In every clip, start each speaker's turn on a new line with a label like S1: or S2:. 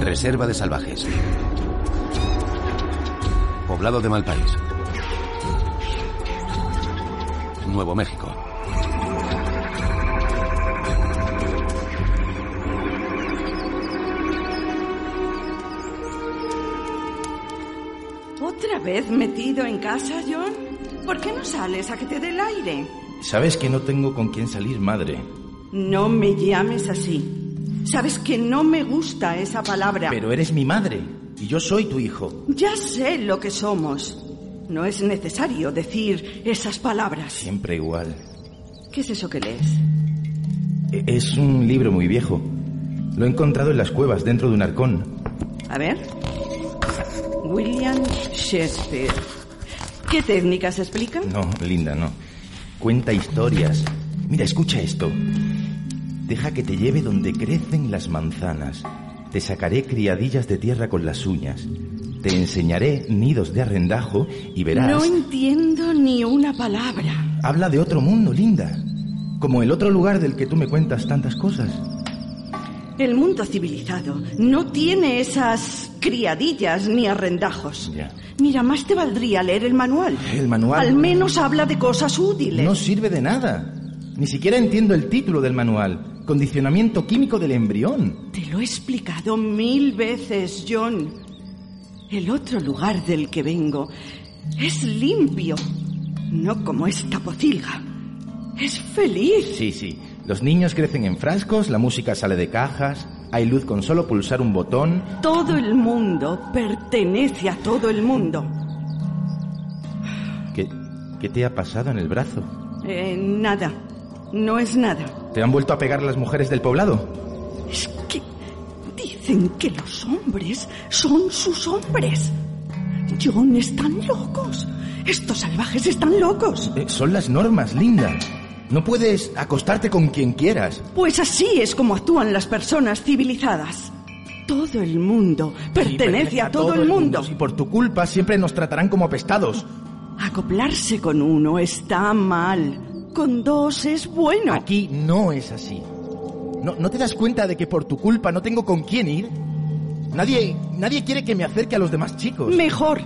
S1: Reserva de salvajes. Poblado de Malpaís. Nuevo México.
S2: ¿Otra vez metido en casa, John? ¿Por qué no sales a que te dé el aire?
S3: Sabes que no tengo con quién salir, madre.
S2: No me llames así. Sabes que no me gusta esa palabra.
S3: Pero eres mi madre y yo soy tu hijo.
S2: Ya sé lo que somos. No es necesario decir esas palabras.
S3: Siempre igual.
S2: ¿Qué es eso que lees?
S3: E- Es un libro muy viejo. Lo he encontrado en las cuevas dentro de un arcón.
S2: A ver. William Shakespeare. ¿Qué técnicas explican?
S3: No, linda, no. Cuenta historias. Mira, escucha esto. Deja que te lleve donde crecen las manzanas. Te sacaré criadillas de tierra con las uñas. Te enseñaré nidos de arrendajo y verás...
S2: No entiendo ni una palabra.
S3: Habla de otro mundo, linda. Como el otro lugar del que tú me cuentas tantas cosas.
S2: El mundo civilizado no tiene esas criadillas ni arrendajos.
S3: Ya.
S2: Mira, más te valdría leer el manual.
S3: El manual.
S2: Al menos habla de cosas útiles.
S3: No sirve de nada. Ni siquiera entiendo el título del manual. Condicionamiento químico del embrión.
S2: Te lo he explicado mil veces, John. El otro lugar del que vengo es limpio, no como esta pocilga. Es feliz.
S3: Sí, sí. Los niños crecen en frascos, la música sale de cajas, hay luz con solo pulsar un botón.
S2: Todo el mundo pertenece a todo el mundo.
S3: ¿Qué, qué te ha pasado en el brazo?
S2: Eh, nada, no es nada.
S3: ¿Te han vuelto a pegar las mujeres del poblado?
S2: Es que dicen que los hombres son sus hombres. John, están locos. Estos salvajes están locos.
S3: Eh, son las normas, linda. No puedes acostarte con quien quieras.
S2: Pues así es como actúan las personas civilizadas. Todo el mundo pertenece a todo el mundo.
S3: Y por tu culpa siempre nos tratarán como apestados.
S2: Acoplarse con uno está mal. Con dos es bueno.
S3: Aquí no es así. No, ¿No te das cuenta de que por tu culpa no tengo con quién ir? Nadie, nadie quiere que me acerque a los demás chicos.
S2: Mejor.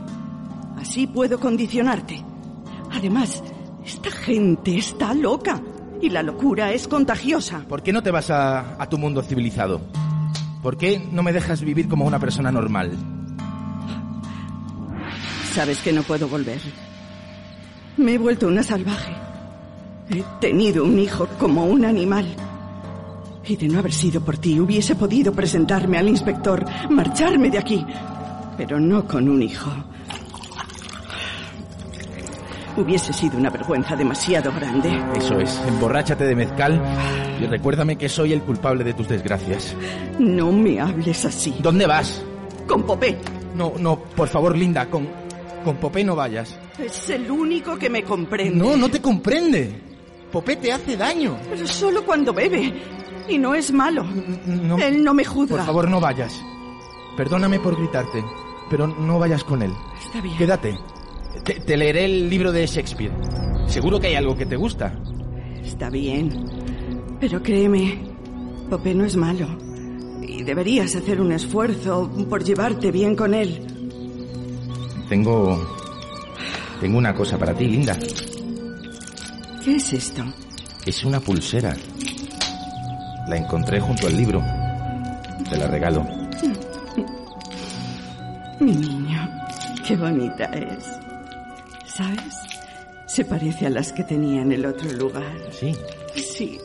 S2: Así puedo condicionarte. Además, esta gente está loca. Y la locura es contagiosa.
S3: ¿Por qué no te vas a, a tu mundo civilizado? ¿Por qué no me dejas vivir como una persona normal?
S2: Sabes que no puedo volver. Me he vuelto una salvaje. He tenido un hijo como un animal. Y de no haber sido por ti, hubiese podido presentarme al inspector, marcharme de aquí. Pero no con un hijo. Hubiese sido una vergüenza demasiado grande.
S3: Eso es, emborráchate de mezcal y recuérdame que soy el culpable de tus desgracias.
S2: No me hables así.
S3: ¿Dónde vas?
S2: Con Popé.
S3: No, no, por favor, Linda, con, con Popé no vayas.
S2: Es el único que me comprende.
S3: No, no te comprende. Popé te hace daño.
S2: Pero solo cuando bebe. Y no es malo.
S3: no.
S2: Él no me juzga.
S3: Por favor, no vayas. Perdóname por gritarte, pero no vayas con él.
S2: Está bien.
S3: Quédate. Te, te leeré el libro de Shakespeare. Seguro que hay algo que te gusta.
S2: Está bien. Pero créeme, Popé no es malo. Y deberías hacer un esfuerzo por llevarte bien con él.
S3: Tengo... Tengo una cosa para ti, linda.
S2: ¿Qué es esto?
S3: Es una pulsera. La encontré junto al libro. Te la regalo.
S2: Mm. Mi niña, qué bonita es. ¿Sabes? Se parece a las que tenía en el otro lugar.
S3: Sí.
S2: Sí.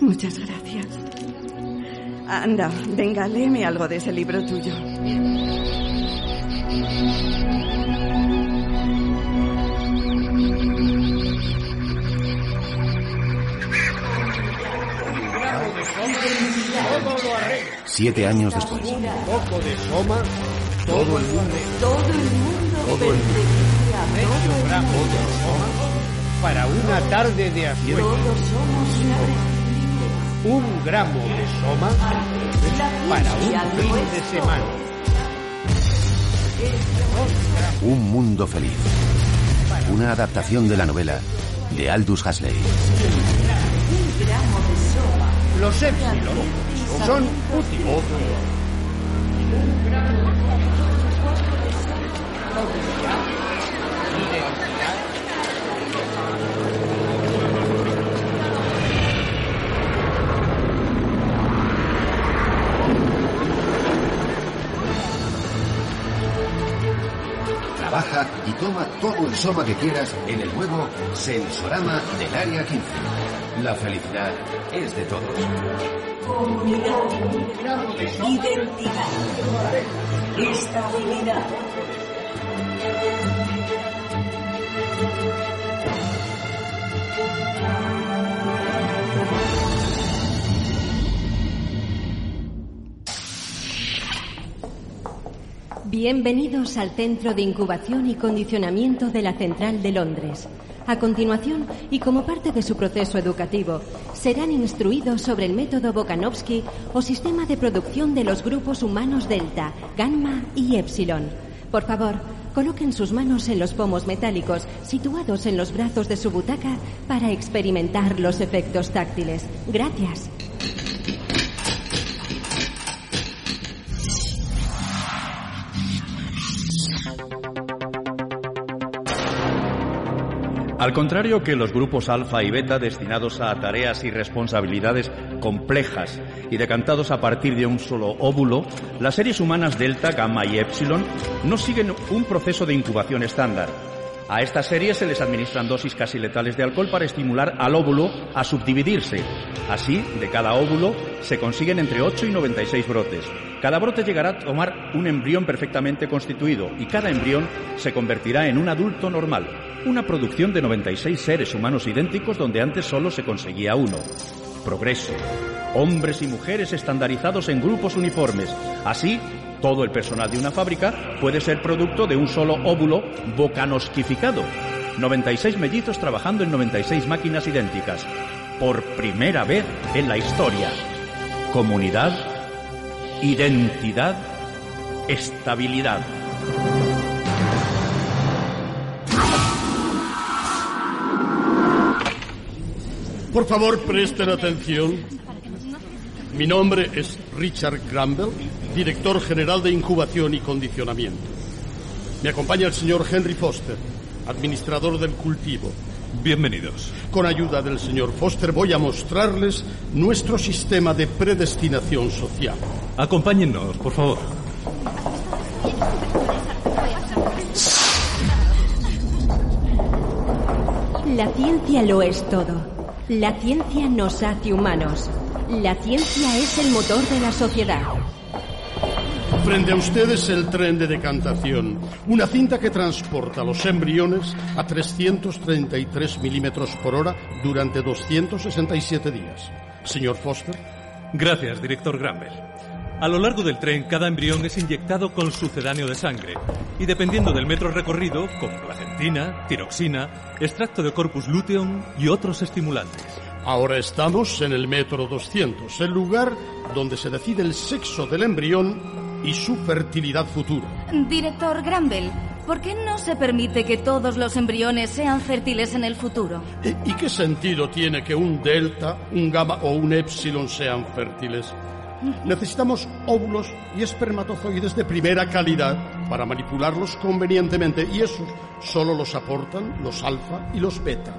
S2: Muchas gracias. Anda, venga, léeme algo de ese libro tuyo.
S1: Siete años después.
S4: poco de soma, todo el mundo
S5: Todo el mundo pertenece a todo el
S4: bravo
S5: mundo.
S4: de soma para una tarde de acierto.
S5: Todos somos una república.
S4: Un gramo de soma para un fin de semana.
S1: Un mundo feliz. Una adaptación de la novela de Aldous Huxley.
S4: Los épsilon son útiles.
S1: Trabaja y toma todo el soma que quieras en el nuevo Sensorama del Área 15. La felicidad es de todos.
S5: Identidad. Estabilidad.
S6: Bienvenidos al Centro de Incubación y Condicionamiento de la Central de Londres. A continuación, y como parte de su proceso educativo, serán instruidos sobre el método Bokanovsky o sistema de producción de los grupos humanos delta, gamma y epsilon. Por favor, coloquen sus manos en los pomos metálicos situados en los brazos de su butaca para experimentar los efectos táctiles. Gracias.
S7: Al contrario que los grupos alfa y beta destinados a tareas y responsabilidades complejas y decantados a partir de un solo óvulo, las series humanas delta, gamma y epsilon no siguen un proceso de incubación estándar. A estas series se les administran dosis casi letales de alcohol para estimular al óvulo a subdividirse. Así, de cada óvulo se consiguen entre 8 y 96 brotes. Cada brote llegará a tomar un embrión perfectamente constituido y cada embrión se convertirá en un adulto normal una producción de 96 seres humanos idénticos donde antes solo se conseguía uno. Progreso. Hombres y mujeres estandarizados en grupos uniformes. Así, todo el personal de una fábrica puede ser producto de un solo óvulo bocanosquificado. 96 mellizos trabajando en 96 máquinas idénticas. Por primera vez en la historia. Comunidad, identidad, estabilidad.
S8: Por favor, presten atención. Mi nombre es Richard Granville, director general de Incubación y Condicionamiento. Me acompaña el señor Henry Foster, administrador del cultivo.
S9: Bienvenidos.
S8: Con ayuda del señor Foster voy a mostrarles nuestro sistema de predestinación social.
S9: Acompáñennos, por favor.
S6: La ciencia lo es todo. La ciencia nos hace humanos. La ciencia es el motor de la sociedad.
S8: Frente a ustedes el tren de decantación, una cinta que transporta los embriones a 333 milímetros por hora durante 267 días. Señor Foster,
S9: Gracias, director Granville. A lo largo del tren, cada embrión es inyectado con sucedáneo de sangre y dependiendo del metro recorrido, con placentina, tiroxina, extracto de corpus luteum y otros estimulantes.
S8: ahora estamos en el metro 200, el lugar donde se decide el sexo del embrión y su fertilidad futura.
S10: Director Granville, ¿por qué no se permite que todos los embriones sean fértiles en el futuro?
S8: ¿Y- ¿Y qué sentido tiene que un delta, un gamma o un epsilon sean fértiles? Necesitamos óvulos y espermatozoides de primera calidad para manipularlos convenientemente y esos solo los aportan los alfa y los beta.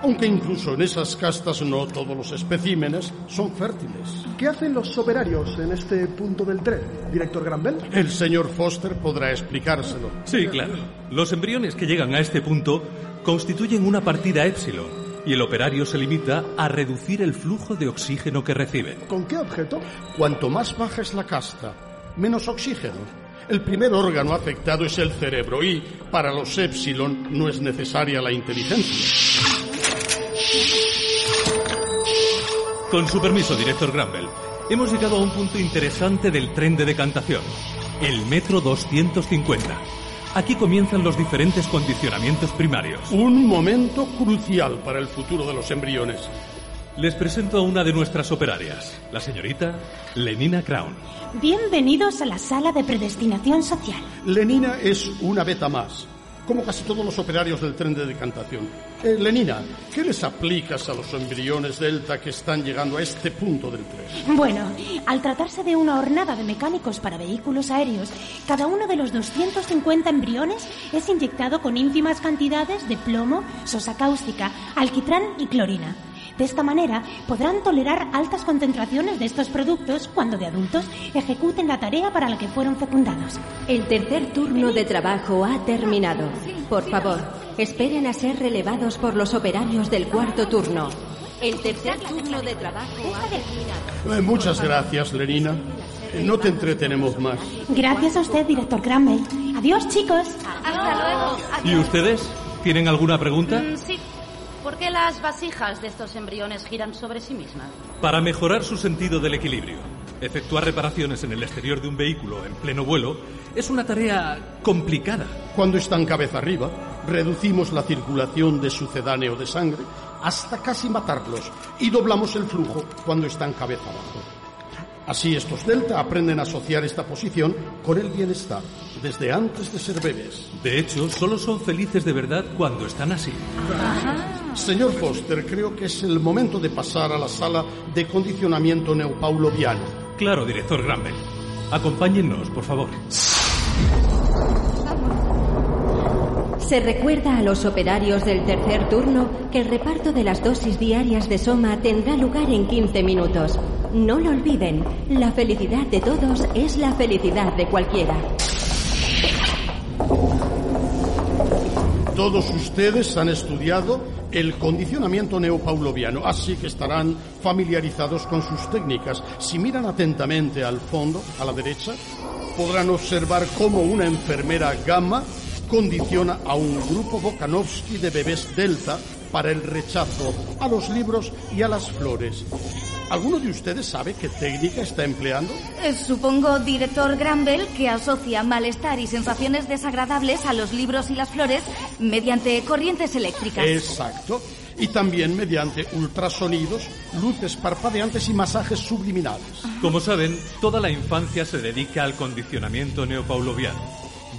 S8: Aunque incluso en esas castas no todos los especímenes son fértiles.
S11: ¿Qué hacen los operarios en este punto del tren, director Granville?
S8: El señor Foster podrá explicárselo.
S9: Sí, claro. Los embriones que llegan a este punto constituyen una partida épsilon y el operario se limita a reducir el flujo de oxígeno que recibe.
S8: ¿Con qué objeto? Cuanto más baja es la casta, menos oxígeno. El primer órgano afectado es el cerebro y, para los epsilon, no es necesaria la inteligencia.
S9: Con su permiso, director Granville, hemos llegado a un punto interesante del tren de decantación, el metro 250. Aquí comienzan los diferentes condicionamientos primarios.
S8: Un momento crucial para el futuro de los embriones.
S9: Les presento a una de nuestras operarias, la señorita Lenina Crown.
S12: Bienvenidos a la sala de predestinación social.
S8: Lenina es una beta más, como casi todos los operarios del tren de decantación. Eh, Lenina, ¿qué les aplicas a los embriones delta que están llegando a este punto del tren?
S12: Bueno, al tratarse de una hornada de mecánicos para vehículos aéreos, cada uno de los 250 embriones es inyectado con ínfimas cantidades de plomo, sosa cáustica, alquitrán y clorina. De esta manera podrán tolerar altas concentraciones de estos productos cuando de adultos ejecuten la tarea para la que fueron fecundados.
S6: El tercer turno de trabajo ha terminado. Por favor, esperen a ser relevados por los operarios del cuarto turno. El tercer turno de trabajo ha terminado.
S8: Eh, muchas gracias, Lenina. Eh, No te entretenemos más.
S12: Gracias a usted, director Grammel. Adiós, chicos.
S10: Hasta luego.
S9: ¿Y
S10: Adiós.
S9: ustedes? ¿Tienen alguna pregunta?
S10: Mm, sí. ¿Por qué las vasijas de estos embriones giran sobre sí mismas?
S9: Para mejorar su sentido del equilibrio, efectuar reparaciones en el exterior de un vehículo en pleno vuelo es una tarea complicada.
S8: Cuando están cabeza arriba, reducimos la circulación de sucedáneo de sangre hasta casi matarlos y doblamos el flujo cuando están cabeza abajo. Así estos delta aprenden a asociar esta posición con el bienestar desde antes de ser bebés.
S9: De hecho, solo son felices de verdad cuando están así.
S8: Señor Foster, creo que es el momento de pasar a la sala de condicionamiento neopauloviano.
S9: Claro, director Granville. Acompáñennos, por favor.
S6: Se recuerda a los operarios del tercer turno que el reparto de las dosis diarias de Soma tendrá lugar en 15 minutos. No lo olviden, la felicidad de todos es la felicidad de cualquiera.
S8: Todos ustedes han estudiado el condicionamiento neopauloviano, así que estarán familiarizados con sus técnicas. Si miran atentamente al fondo, a la derecha, podrán observar cómo una enfermera gamma condiciona a un grupo Bokanovsky de bebés delta para el rechazo a los libros y a las flores. ¿Alguno de ustedes sabe qué técnica está empleando?
S10: Eh, Supongo, director Granville, que asocia malestar y sensaciones desagradables a los libros y las flores mediante corrientes eléctricas.
S8: Exacto. Y también mediante ultrasonidos, luces parpadeantes y masajes subliminales.
S9: Como saben, toda la infancia se dedica al condicionamiento neopauloviano.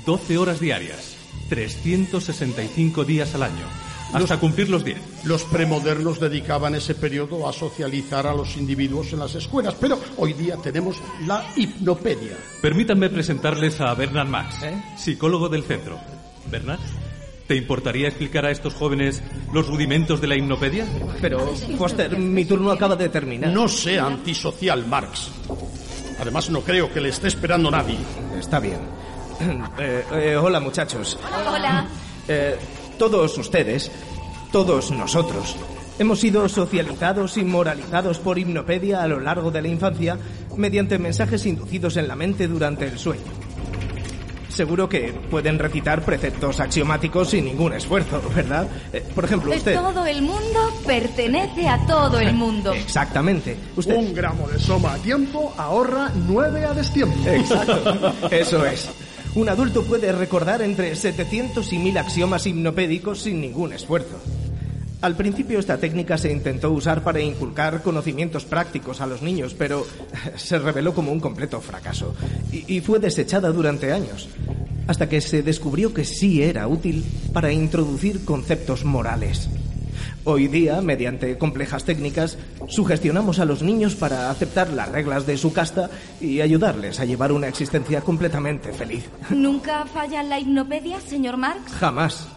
S9: 12 horas diarias, 365 días al año, hasta cumplir los 10.
S8: Los premodernos dedicaban ese periodo a socializar a los individuos en las escuelas, pero hoy día tenemos la hipnopedia.
S9: Permítanme presentarles a Bernard Max, psicólogo del centro. Bernard, ¿te importaría explicar a estos jóvenes los rudimentos de la hipnopedia?
S13: Pero, Foster, mi turno acaba de terminar.
S8: No sea antisocial, Marx. Además, no creo que le esté esperando nadie.
S13: Está bien. Eh, eh, hola, muchachos.
S10: Hola.
S13: Eh, todos ustedes, todos nosotros, hemos sido socializados y moralizados por hipnopedia a lo largo de la infancia mediante mensajes inducidos en la mente durante el sueño. Seguro que pueden recitar preceptos axiomáticos sin ningún esfuerzo, ¿verdad? Eh, por ejemplo,
S10: Eh,
S13: usted.
S10: Todo el mundo pertenece a todo el mundo.
S13: Exactamente. Usted.
S14: Un gramo de soma a tiempo ahorra nueve a destiempo.
S13: Exacto, eso es. Un adulto puede recordar entre 700 y 1000 axiomas hipnopédicos sin ningún esfuerzo. Al principio esta técnica se intentó usar para inculcar conocimientos prácticos a los niños, pero se reveló como un completo fracaso y, y fue desechada durante años, hasta que se descubrió que sí era útil para introducir conceptos morales. Hoy día, mediante complejas técnicas, sugestionamos a los niños para aceptar las reglas de su casta y ayudarles a llevar una existencia completamente feliz.
S10: ¿Nunca falla la hipnopedia, señor Marx?
S13: Jamás.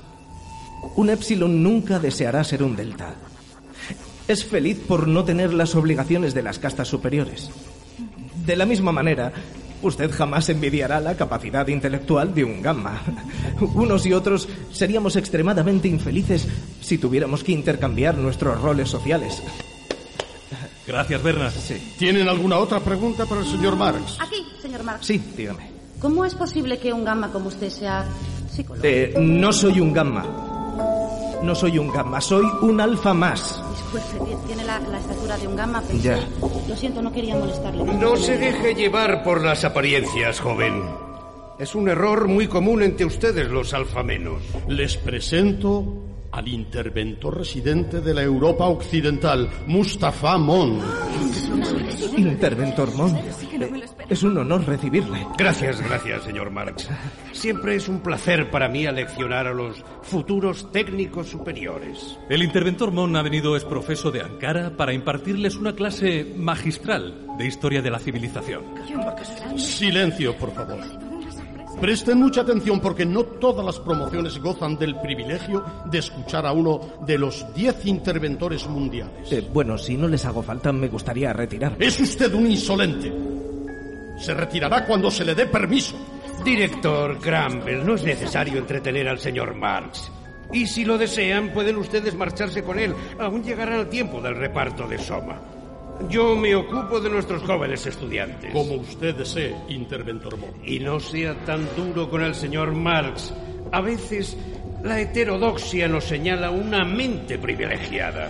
S13: Un epsilon nunca deseará ser un delta. Es feliz por no tener las obligaciones de las castas superiores. De la misma manera, usted jamás envidiará la capacidad intelectual de un gamma. Unos y otros seríamos extremadamente infelices si tuviéramos que intercambiar nuestros roles sociales.
S9: Gracias, Bernard.
S8: ¿Tienen alguna otra pregunta para el señor Marx?
S15: Aquí, señor Marx.
S13: Sí, dígame.
S15: ¿Cómo es posible que un gamma como usted sea psicólogo?
S13: Eh, no soy un gamma. No soy un gamma, soy un alfa más.
S15: Disculpe, eh, tiene la, la estatura de un gamma, pero...
S13: Ya.
S15: Lo siento, no quería molestarle.
S4: No se deje llevar por las apariencias, joven. Es un error muy común entre ustedes los alfamenos.
S8: Les presento al interventor residente de la Europa Occidental, Mustafa Mon.
S13: Interventor Mon. Es un honor recibirle.
S4: Gracias, gracias, señor Marx. Siempre es un placer para mí aleccionar a los futuros técnicos superiores.
S9: El interventor Mon ha venido es profeso de Ankara para impartirles una clase magistral de historia de la civilización.
S8: Silencio, por favor. Presten mucha atención porque no todas las promociones gozan del privilegio de escuchar a uno de los 10 interventores mundiales.
S13: Eh, bueno, si no les hago falta, me gustaría retirar.
S8: Es usted un insolente. Se retirará cuando se le dé permiso.
S4: Director Campbell, no es necesario entretener al señor Marx. Y si lo desean, pueden ustedes marcharse con él. Aún llegará el tiempo del reparto de Soma. Yo me ocupo de nuestros jóvenes estudiantes.
S8: Como usted desee, interventor Mon.
S4: Y no sea tan duro con el señor Marx. A veces la heterodoxia nos señala una mente privilegiada.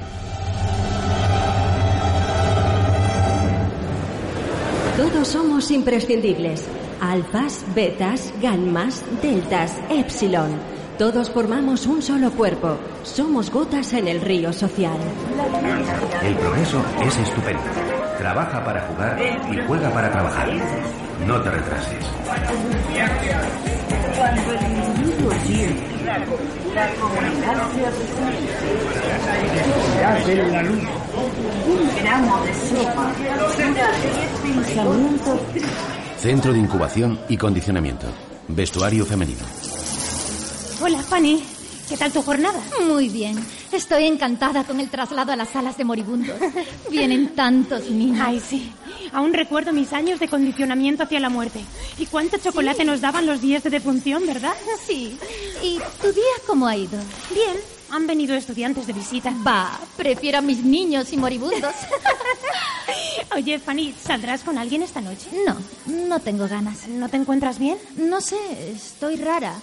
S6: Todos somos imprescindibles. Alfas, betas, gammas, deltas, epsilon. Todos formamos un solo cuerpo. Somos gotas en el río social.
S1: El progreso es estupendo. Trabaja para jugar y juega para trabajar. No te retrases.
S16: Cuando el individuo llega, la comunidad se reúne.
S5: la luz.
S16: Un gramo de sopa dura diez pensamientos
S1: Centro de incubación y condicionamiento. Vestuario femenino.
S12: Hola, Fanny. ¿Qué tal tu jornada?
S17: Muy bien. Estoy encantada con el traslado a las salas de moribundos. Vienen tantos niños.
S12: Ay, sí. Aún recuerdo mis años de condicionamiento hacia la muerte. Y cuánto chocolate nos daban los días de defunción, ¿verdad?
S17: Sí. ¿Y tu día cómo ha ido?
S12: Bien. Han venido estudiantes de visita.
S17: Va, prefiero a mis niños y moribundos.
S12: Oye, Fanny, ¿saldrás con alguien esta noche?
S17: No, no tengo ganas.
S12: ¿No te encuentras bien?
S17: No sé, estoy rara.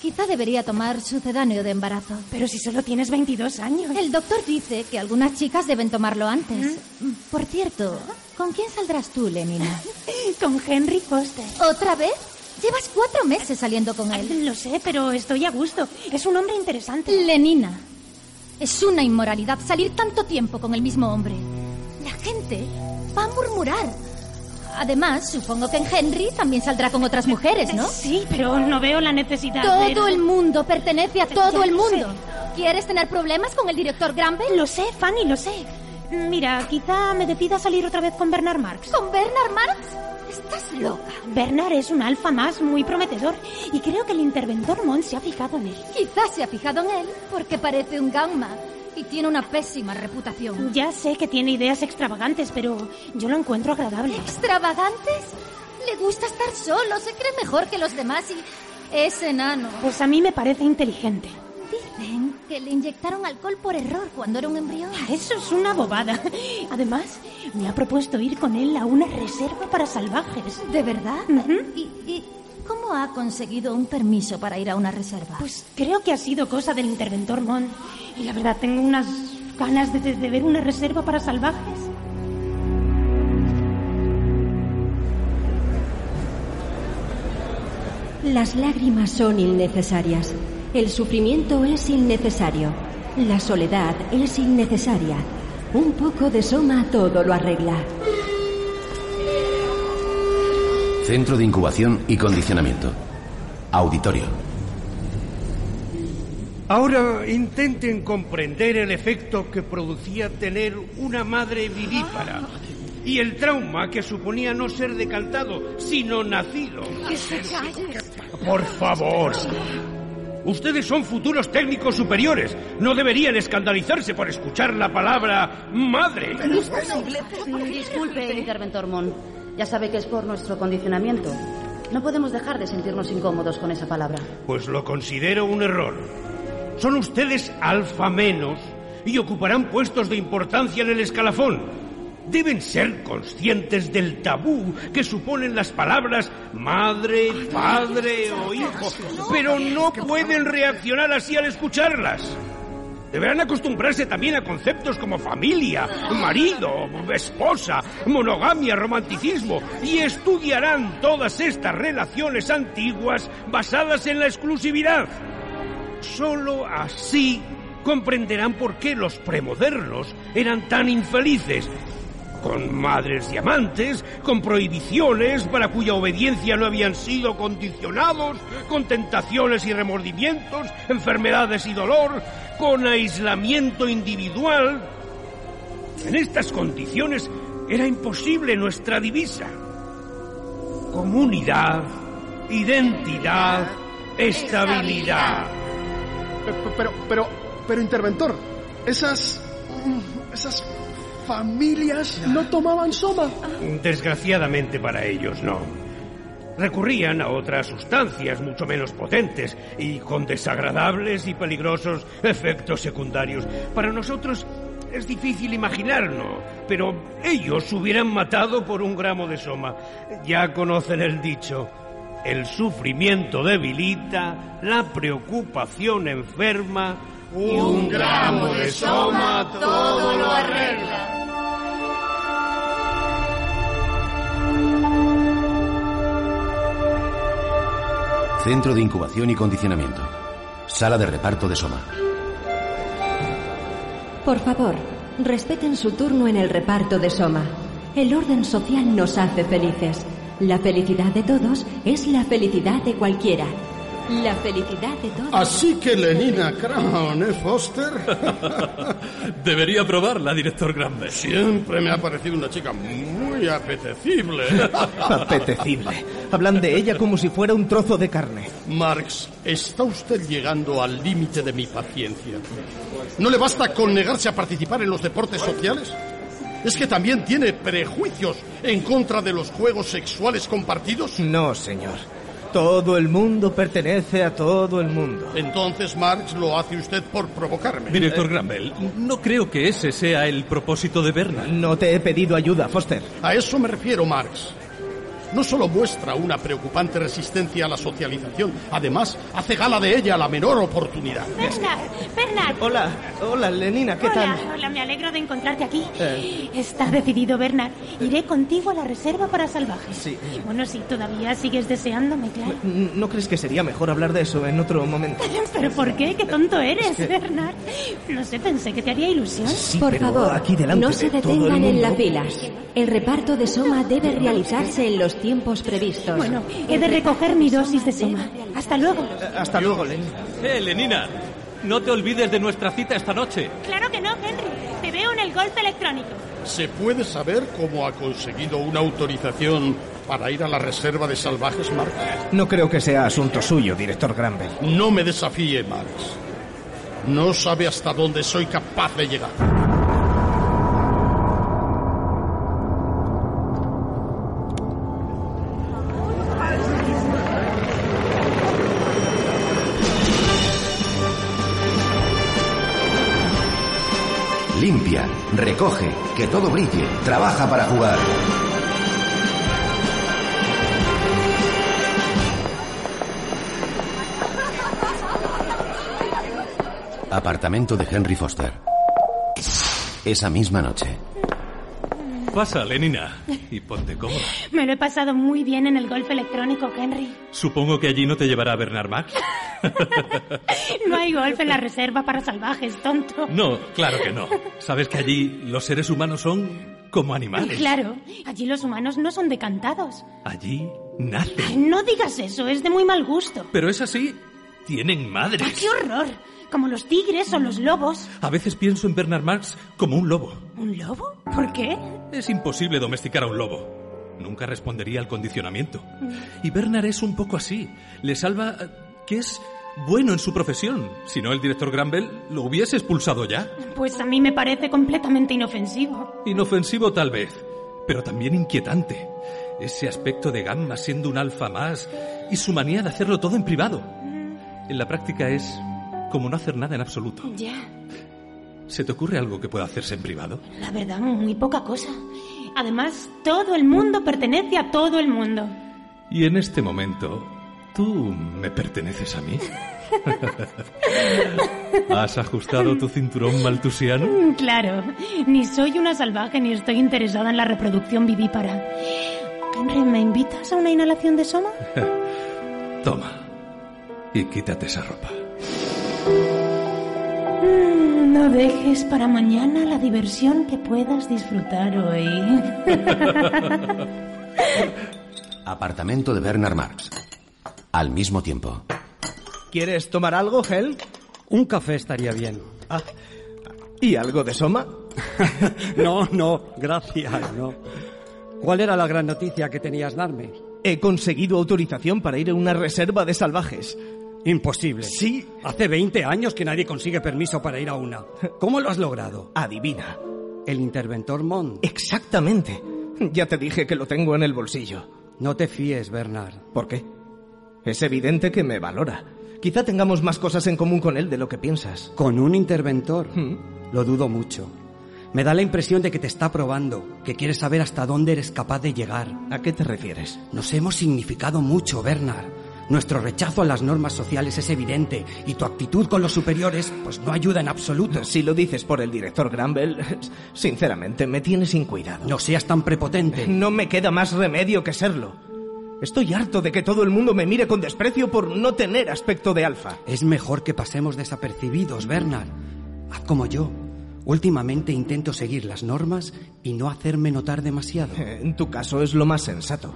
S17: Quizá debería tomar sucedáneo de embarazo.
S12: Pero si solo tienes 22 años.
S17: El doctor dice que algunas chicas deben tomarlo antes. ¿Mm? Por cierto, ¿con quién saldrás tú, Lenina?
S12: Con Henry Foster.
S17: ¿Otra vez? Llevas cuatro meses saliendo con él.
S12: Lo sé, pero estoy a gusto. Es un hombre interesante.
S17: Lenina, es una inmoralidad salir tanto tiempo con el mismo hombre. La gente va a murmurar. Además, supongo que en Henry también saldrá con otras mujeres, ¿no?
S12: Sí, pero no veo la necesidad.
S17: Todo
S12: pero...
S17: el mundo pertenece a todo el mundo. ¿Quieres tener problemas con el director Granville?
S12: Lo sé, Fanny, lo sé. Mira, quizá me decida salir otra vez con Bernard Marx.
S17: ¿Con Bernard Marx? Estás loca.
S12: Bernard es un alfa más muy prometedor y creo que el interventor Mon se ha fijado en él.
S17: Quizás se ha fijado en él porque parece un gamma y tiene una pésima reputación.
S12: Ya sé que tiene ideas extravagantes, pero yo lo encuentro agradable.
S17: ¿Extravagantes? Le gusta estar solo, se cree mejor que los demás y es enano.
S12: Pues a mí me parece inteligente.
S17: Dicen que le inyectaron alcohol por error cuando era un embrión.
S12: Eso es una bobada. Además, me ha propuesto ir con él a una reserva para salvajes.
S17: ¿De verdad? Uh -huh. ¿Y, y... ¿Cómo ha conseguido un permiso para ir a una reserva?
S12: Pues creo que ha sido cosa del interventor Mon. Y la verdad, tengo unas ganas de, de, de, ver una reserva para salvajes.
S6: Las lágrimas son innecesarias. El sufrimiento es innecesario. La soledad es innecesaria. Un poco de soma todo lo arregla.
S1: Centro de Incubación y Condicionamiento. Auditorio.
S4: Ahora intenten comprender el efecto que producía tener una madre vivípara y el trauma que suponía no ser decantado, sino nacido. Por favor. Ustedes son futuros técnicos superiores. No deberían escandalizarse por escuchar la palabra madre.
S15: Mm, Disculpe, interventor Mon. Ya sabe que es por nuestro condicionamiento. No podemos dejar de sentirnos incómodos con esa palabra.
S4: Pues lo considero un error. Son ustedes alfa menos y ocuparán puestos de importancia en el escalafón. Deben ser conscientes del tabú que suponen las palabras madre, padre o hijo, pero no pueden reaccionar así al escucharlas. Deberán acostumbrarse también a conceptos como familia, marido, esposa, monogamia, romanticismo y estudiarán todas estas relaciones antiguas basadas en la exclusividad. Solo así comprenderán por qué los premodernos eran tan infelices. Con madres diamantes, con prohibiciones para cuya obediencia no habían sido condicionados, con tentaciones y remordimientos, enfermedades y dolor, con aislamiento individual. En estas condiciones era imposible nuestra divisa. Comunidad, identidad, estabilidad.
S14: Pero, pero, pero, interventor, esas. esas familias no tomaban soma.
S4: Desgraciadamente para ellos, no. Recurrían a otras sustancias mucho menos potentes y con desagradables y peligrosos efectos secundarios. Para nosotros es difícil imaginarlo, pero ellos se hubieran matado por un gramo de soma. Ya conocen el dicho. El sufrimiento debilita, la preocupación enferma.
S5: Un gramo de soma todo lo arregla.
S1: Centro de Incubación y Condicionamiento. Sala de reparto de Soma.
S6: Por favor, respeten su turno en el reparto de Soma. El orden social nos hace felices. La felicidad de todos es la felicidad de cualquiera. La felicidad de todos.
S8: Así que Lenina Crown, ¿eh, Foster?
S9: Debería probarla, director Grande.
S8: Siempre me ha parecido una chica muy apetecible.
S13: Apetecible. Hablan de ella como si fuera un trozo de carne.
S8: Marx, está usted llegando al límite de mi paciencia. ¿No le basta con negarse a participar en los deportes sociales? ¿Es que también tiene prejuicios en contra de los juegos sexuales compartidos?
S13: No, señor. Todo el mundo pertenece a todo el mundo.
S8: Entonces Marx lo hace usted por provocarme.
S9: Director Granville, no creo que ese sea el propósito de Bernard.
S13: No te he pedido ayuda, Foster.
S8: A eso me refiero, Marx. No solo muestra una preocupante resistencia a la socialización, además hace gala de ella a la menor oportunidad.
S12: Bernard, Bernard.
S13: Hola, hola, Lenina, ¿qué
S12: hola,
S13: tal?
S12: Hola, me alegro de encontrarte aquí. Eh. Estás decidido, Bernard. Iré contigo a la reserva para salvajes.
S13: Eh. Sí.
S12: Bueno, si todavía sigues deseándome, claro.
S13: ¿No crees que sería mejor hablar de eso en otro momento?
S12: ¿Pero por qué? ¿Qué tonto eres, es que... Bernard? No sé, pensé que te haría ilusión.
S13: Sí,
S6: por
S13: pero
S6: favor,
S13: aquí delante
S6: no se
S13: de
S6: detengan
S13: todo el mundo...
S6: en la fila. El reparto de Soma debe realizarse en los tiempos previstos.
S12: Bueno, he de recoger mi dosis de soma. Hasta luego.
S13: Hasta luego, Lenina.
S9: Eh, Lenina, no te olvides de nuestra cita esta noche.
S12: Claro que no, Henry. Te veo en el golpe electrónico.
S8: ¿Se puede saber cómo ha conseguido una autorización para ir a la reserva de salvajes, Marx?
S13: No creo que sea asunto suyo, director Granville.
S8: No me desafíe, Marx. No sabe hasta dónde soy capaz de llegar.
S1: limpia, recoge, que todo brille, trabaja para jugar. Apartamento de Henry Foster. Esa misma noche.
S9: Pasa, Lenina, y ponte cómoda.
S12: Me lo he pasado muy bien en el golf electrónico, Henry.
S9: Supongo que allí no te llevará a Bernard Max.
S12: No hay golf en la reserva para salvajes, tonto.
S9: No, claro que no. Sabes que allí los seres humanos son como animales.
S12: Claro, allí los humanos no son decantados.
S9: Allí nacen.
S12: Ay, no digas eso, es de muy mal gusto.
S9: Pero es así, tienen
S12: ¡Ah,
S9: madres.
S12: ¡Qué horror! Como los tigres o los lobos.
S9: A veces pienso en Bernard Marx como un lobo.
S12: ¿Un lobo? ¿Por qué?
S9: Es imposible domesticar a un lobo. Nunca respondería al condicionamiento. Y Bernard es un poco así. Le salva eh, que es bueno en su profesión. Si no, el director Granville lo hubiese expulsado ya.
S12: Pues a mí me parece completamente inofensivo.
S9: Inofensivo tal vez, pero también inquietante. Ese aspecto de Gamma siendo un alfa más y su manía de hacerlo todo en privado. En la práctica es como no hacer nada en absoluto.
S12: Ya,
S9: ¿Se te ocurre algo que pueda hacerse en privado?
S12: la verdad, muy poca cosa. Además, todo el mundo pertenece a todo el mundo.
S9: Y en este momento, tú me perteneces a mí. ¿Has ajustado tu cinturón maltusiano?
S12: Mm, Claro, ni soy una salvaje ni estoy interesada en la reproducción vivípara. Henry, ¿me invitas a una inhalación de soma?
S9: Toma. Y quítate esa ropa.
S12: Mm, No dejes para mañana la diversión que puedas disfrutar hoy.
S1: Apartamento de Bernard Marx. Al mismo tiempo.
S13: ¿Quieres tomar algo, Hel? Ah,
S18: Un café estaría bien.
S13: ¿Y algo de soma?
S18: no, no, gracias, no. ¿Cuál era la gran noticia que tenías darme?
S13: He conseguido autorización para ir a una reserva de salvajes.
S18: Imposible. Sí. Hace 20 años que nadie consigue permiso para ir a una. ¿Cómo lo has logrado?
S13: Adivina.
S18: El interventor Mond.
S13: Exactamente. Ya te dije que lo tengo en el bolsillo.
S18: No te fíes, Bernard.
S13: ¿Por qué? Es evidente que me valora. Quizá tengamos más cosas en común con él de lo que piensas.
S18: Con un interventor.
S13: Hmm.
S18: Lo dudo mucho. Me da la impresión de que te está probando, que quieres saber hasta dónde eres capaz de llegar.
S13: ¿A qué te refieres?
S18: Nos hemos significado mucho, Bernard. Nuestro rechazo a las normas sociales es evidente y tu actitud con los superiores pues no ayuda en absoluto.
S13: Si lo dices por el director Granville, sinceramente me tiene sin cuidado.
S18: No seas tan prepotente.
S13: No me queda más remedio que serlo. Estoy harto de que todo el mundo me mire con desprecio por no tener aspecto de alfa.
S18: Es mejor que pasemos desapercibidos, Bernard. Haz como yo. Últimamente intento seguir las normas y no hacerme notar demasiado.
S13: En tu caso es lo más sensato.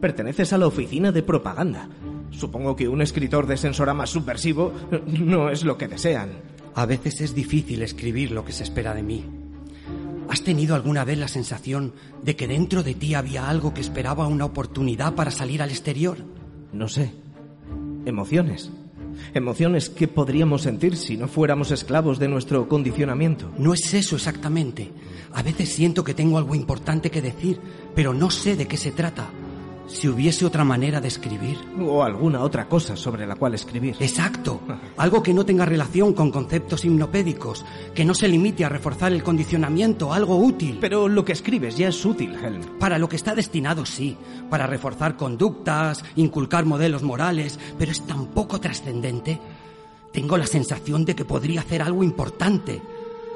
S13: Perteneces a la oficina de propaganda. Supongo que un escritor de sensorama subversivo eh, no es lo que desean.
S18: A veces es difícil escribir lo que se espera de mí. ¿Has tenido alguna vez la sensación de que dentro de ti había algo que esperaba una oportunidad para salir al exterior?
S13: No sé. Emociones. Emociones que podríamos sentir si no fuéramos esclavos de nuestro condicionamiento.
S18: No es eso exactamente. A veces siento que tengo algo importante que decir, pero no sé de qué se trata. Si hubiese otra manera de escribir.
S13: O alguna otra cosa sobre la cual escribir.
S18: Exacto. Algo que no tenga relación con conceptos hipnopédicos, que no se limite a reforzar el condicionamiento, algo útil.
S13: Pero lo que escribes ya es útil, Helm.
S18: Para lo que está destinado, sí, para reforzar conductas, inculcar modelos morales, pero es tan poco trascendente. Tengo la sensación de que podría hacer algo importante,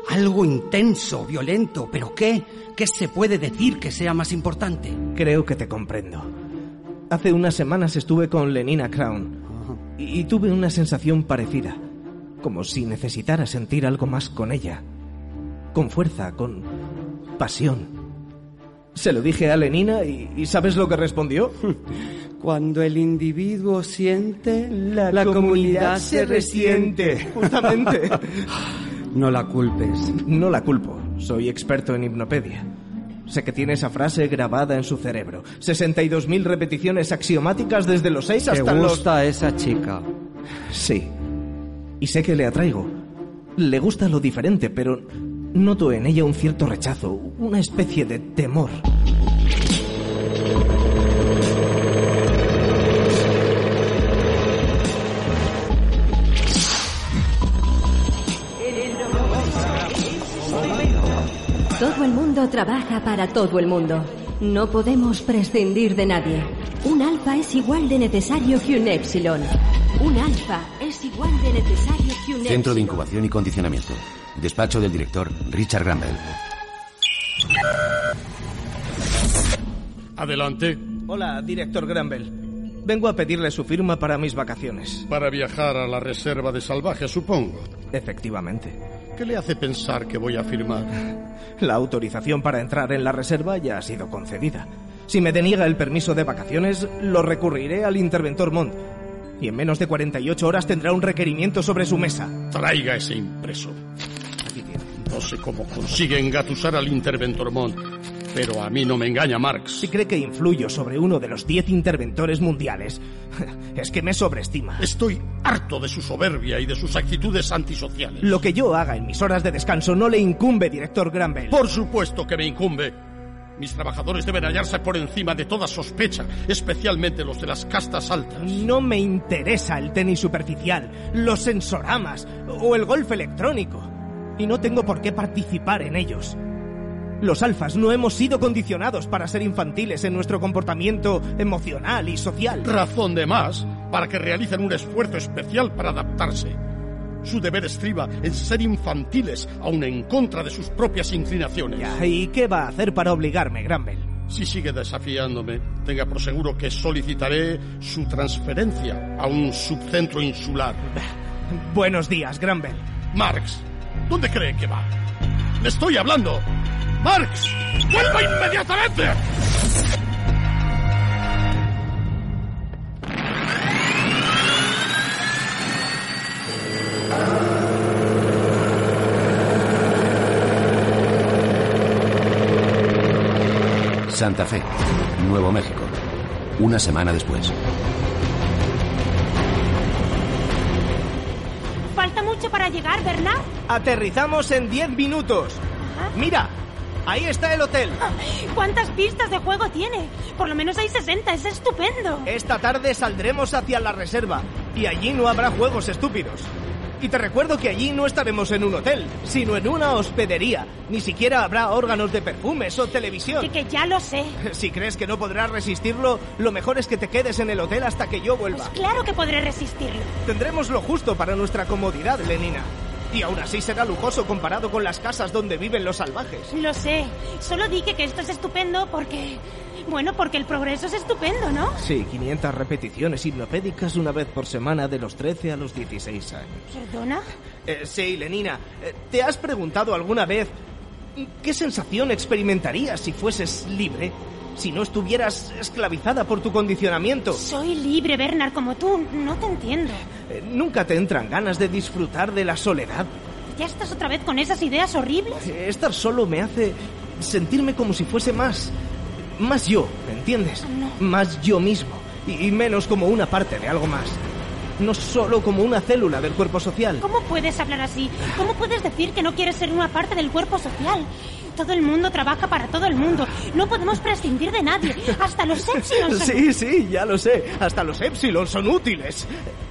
S18: algo intenso, violento, pero ¿qué? ¿Qué se puede decir que sea más importante?
S13: Creo que te comprendo. Hace unas semanas estuve con Lenina Crown y y tuve una sensación parecida, como si necesitara sentir algo más con ella, con fuerza, con pasión. Se lo dije a Lenina y, y ¿sabes lo que respondió?
S18: Cuando el individuo siente, la,
S13: Justamente.
S18: No la culpes.
S13: No la culpo, soy experto en hipnopedia. Sé que tiene esa frase grabada en su cerebro. 62.000 repeticiones axiomáticas desde los 6
S18: Te
S13: hasta los...
S18: gusta esa chica.
S13: Sí. Y sé que le atraigo. Le gusta lo diferente, pero noto en ella un cierto rechazo, una especie de temor.
S6: Todo el mundo trabaja para todo el mundo. No podemos prescindir de nadie. Un alfa es igual de necesario que un epsilon. Un alfa es igual de necesario que un epsilon.
S1: Centro de Incubación y Condicionamiento. Despacho del director Richard Granville.
S8: Adelante.
S13: Hola, director Granville. Vengo a pedirle su firma para mis vacaciones.
S8: Para viajar a la reserva de salvajes, supongo.
S13: Efectivamente.
S8: ¿Qué le hace pensar que voy a firmar?
S13: La autorización para entrar en la reserva ya ha sido concedida. Si me deniega el permiso de vacaciones, lo recurriré al interventor Mont. Y en menos de 48 horas tendrá un requerimiento sobre su mesa.
S8: Traiga ese impreso.
S13: Aquí tiene.
S8: No sé cómo consigue engatusar al interventor Mond, pero a mí no me engaña Marx.
S13: Si cree que influyo sobre uno de los 10 interventores mundiales, es que me sobreestima.
S8: Estoy harto de su soberbia y de sus actitudes antisociales.
S13: Lo que yo haga en mis horas de descanso no le incumbe, director Granville.
S8: Por supuesto que me incumbe. Mis trabajadores deben hallarse por encima de toda sospecha, especialmente los de las castas altas.
S13: No me interesa el tenis superficial, los sensoramas o el golf electrónico. Y no tengo por qué participar en ellos. Los alfas no hemos sido condicionados para ser infantiles en nuestro comportamiento emocional y social.
S8: Razón de más para que realicen un esfuerzo especial para adaptarse. Su deber estriba en ser infantiles, aun en contra de sus propias inclinaciones.
S13: ¿Y qué va a hacer para obligarme, Granville?
S8: Si sigue desafiándome, tenga por seguro que solicitaré su transferencia a un subcentro insular.
S13: Buenos días, Granville.
S8: Marx, ¿dónde cree que va? ¡Le estoy hablando! ¡Marx! ¡Vuelva inmediatamente!
S1: Santa Fe, Nuevo México. Una semana después.
S12: Falta mucho para llegar, ¿verdad?
S13: Aterrizamos en 10 minutos. Mira, ahí está el hotel.
S12: Ah, ¿Cuántas pistas de juego tiene? Por lo menos hay 60, es estupendo.
S13: Esta tarde saldremos hacia la reserva y allí no habrá juegos estúpidos. Y te recuerdo que allí no estaremos en un hotel, sino en una hospedería. Ni siquiera habrá órganos de perfumes o televisión.
S12: Que, que ya lo sé.
S13: Si crees que no podrás resistirlo, lo mejor es que te quedes en el hotel hasta que yo vuelva.
S12: Pues Claro que podré resistirlo.
S13: Tendremos lo justo para nuestra comodidad, Lenina. Y aún así será lujoso comparado con las casas donde viven los salvajes.
S12: Lo sé. Solo dije que esto es estupendo porque... Bueno, porque el progreso es estupendo, ¿no?
S13: Sí, 500 repeticiones hipnopédicas una vez por semana de los 13 a los 16 años.
S12: ¿Perdona?
S13: Eh, sí, Lenina, eh, ¿te has preguntado alguna vez mm, qué sensación experimentarías si fueses libre? Si no estuvieras esclavizada por tu condicionamiento.
S12: Soy libre, Bernard, como tú. No te entiendo.
S13: Eh, ¿Nunca te entran ganas de disfrutar de la soledad?
S12: ¿Ya estás otra vez con esas ideas horribles?
S13: Eh, Estar solo me hace sentirme como si fuese más... Más yo, ¿entiendes? Más yo mismo. Y, y menos como una parte de algo más. No solo como una célula del cuerpo social.
S12: ¿Cómo puedes hablar así? ¿Cómo puedes decir que no quieres ser una parte del cuerpo social? Todo el mundo trabaja para todo el mundo. No podemos prescindir de nadie. Hasta los Epsilon. son-
S13: Sí, sí, ya lo sé. Hasta los Epsilon son útiles.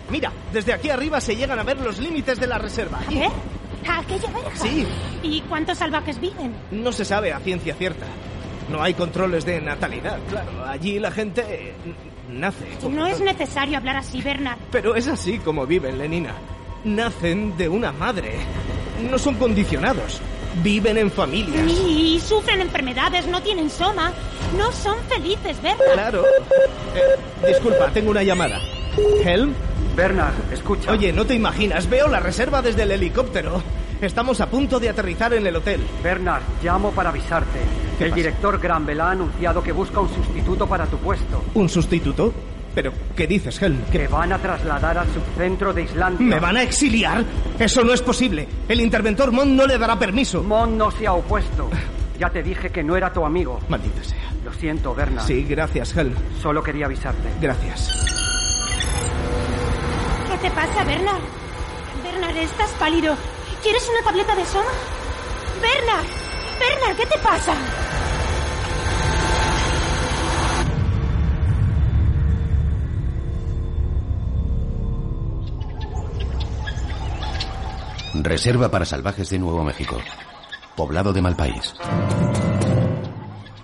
S13: Mira, desde aquí arriba se llegan a ver los límites de la reserva.
S12: A ver, a aquella verja.
S13: Sí.
S12: ¿Y cuántos salvajes viven?
S13: No se sabe a ciencia cierta. No hay controles de natalidad, claro. Allí la gente eh, nace.
S12: No es necesario hablar así, Bernard.
S13: Pero es así como viven, Lenina. Nacen de una madre. No son condicionados. Viven en familias.
S12: Y sufren enfermedades, no tienen soma. No son felices, Bernard.
S13: Claro. Eh, disculpa, tengo una llamada. ¿Helm? Bernard, escucha. Oye, no te imaginas, veo la reserva desde el helicóptero. Estamos a punto de aterrizar en el hotel.
S19: Bernard, llamo para avisarte.
S13: ¿Qué
S19: El
S13: pasa?
S19: director Granville ha anunciado que busca un sustituto para tu puesto.
S13: ¿Un sustituto? Pero, ¿qué dices, Helm? ¿Qué-
S19: Te van a trasladar al subcentro de Islandia.
S13: ¿Me van a exiliar? Eso no es posible. El interventor Mon no le dará permiso.
S19: Mon no se ha opuesto. Ya te dije que no era tu amigo.
S13: Maldita sea.
S19: Lo siento, Bernard.
S13: Sí, gracias, Helm.
S19: Solo quería avisarte.
S13: Gracias.
S12: ¿Qué te pasa, Bernard? Bernard, estás pálido. ¿Quieres una tableta de soma? Bernard, Bernard, ¿qué te pasa?
S1: Reserva para salvajes de Nuevo México. Poblado de Malpaís.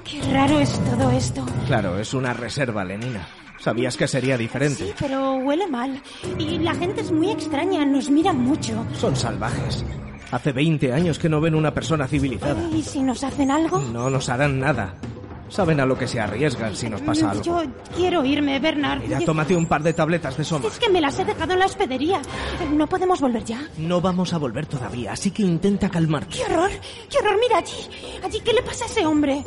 S12: Qué raro es todo esto.
S13: Claro, es una reserva, Lenina. Sabías que sería diferente.
S12: Pero huele mal. Y la gente es muy extraña, nos mira mucho.
S13: Son salvajes. Hace 20 años que no ven una persona civilizada.
S12: ¿Y si nos hacen algo?
S13: No nos harán nada. Saben a lo que se arriesgan si nos pasa algo.
S12: Mm, Yo quiero irme, Bernard.
S13: Mira,
S12: Oye,
S13: tómate un par de tabletas de soma.
S12: Es que me las he dejado en la hospedería. ¿No podemos volver ya?
S13: No vamos a volver todavía, así que intenta calmarte.
S12: ¡Qué horror! ¡Qué horror! Mira allí. Allí, ¿qué le pasa a ese hombre?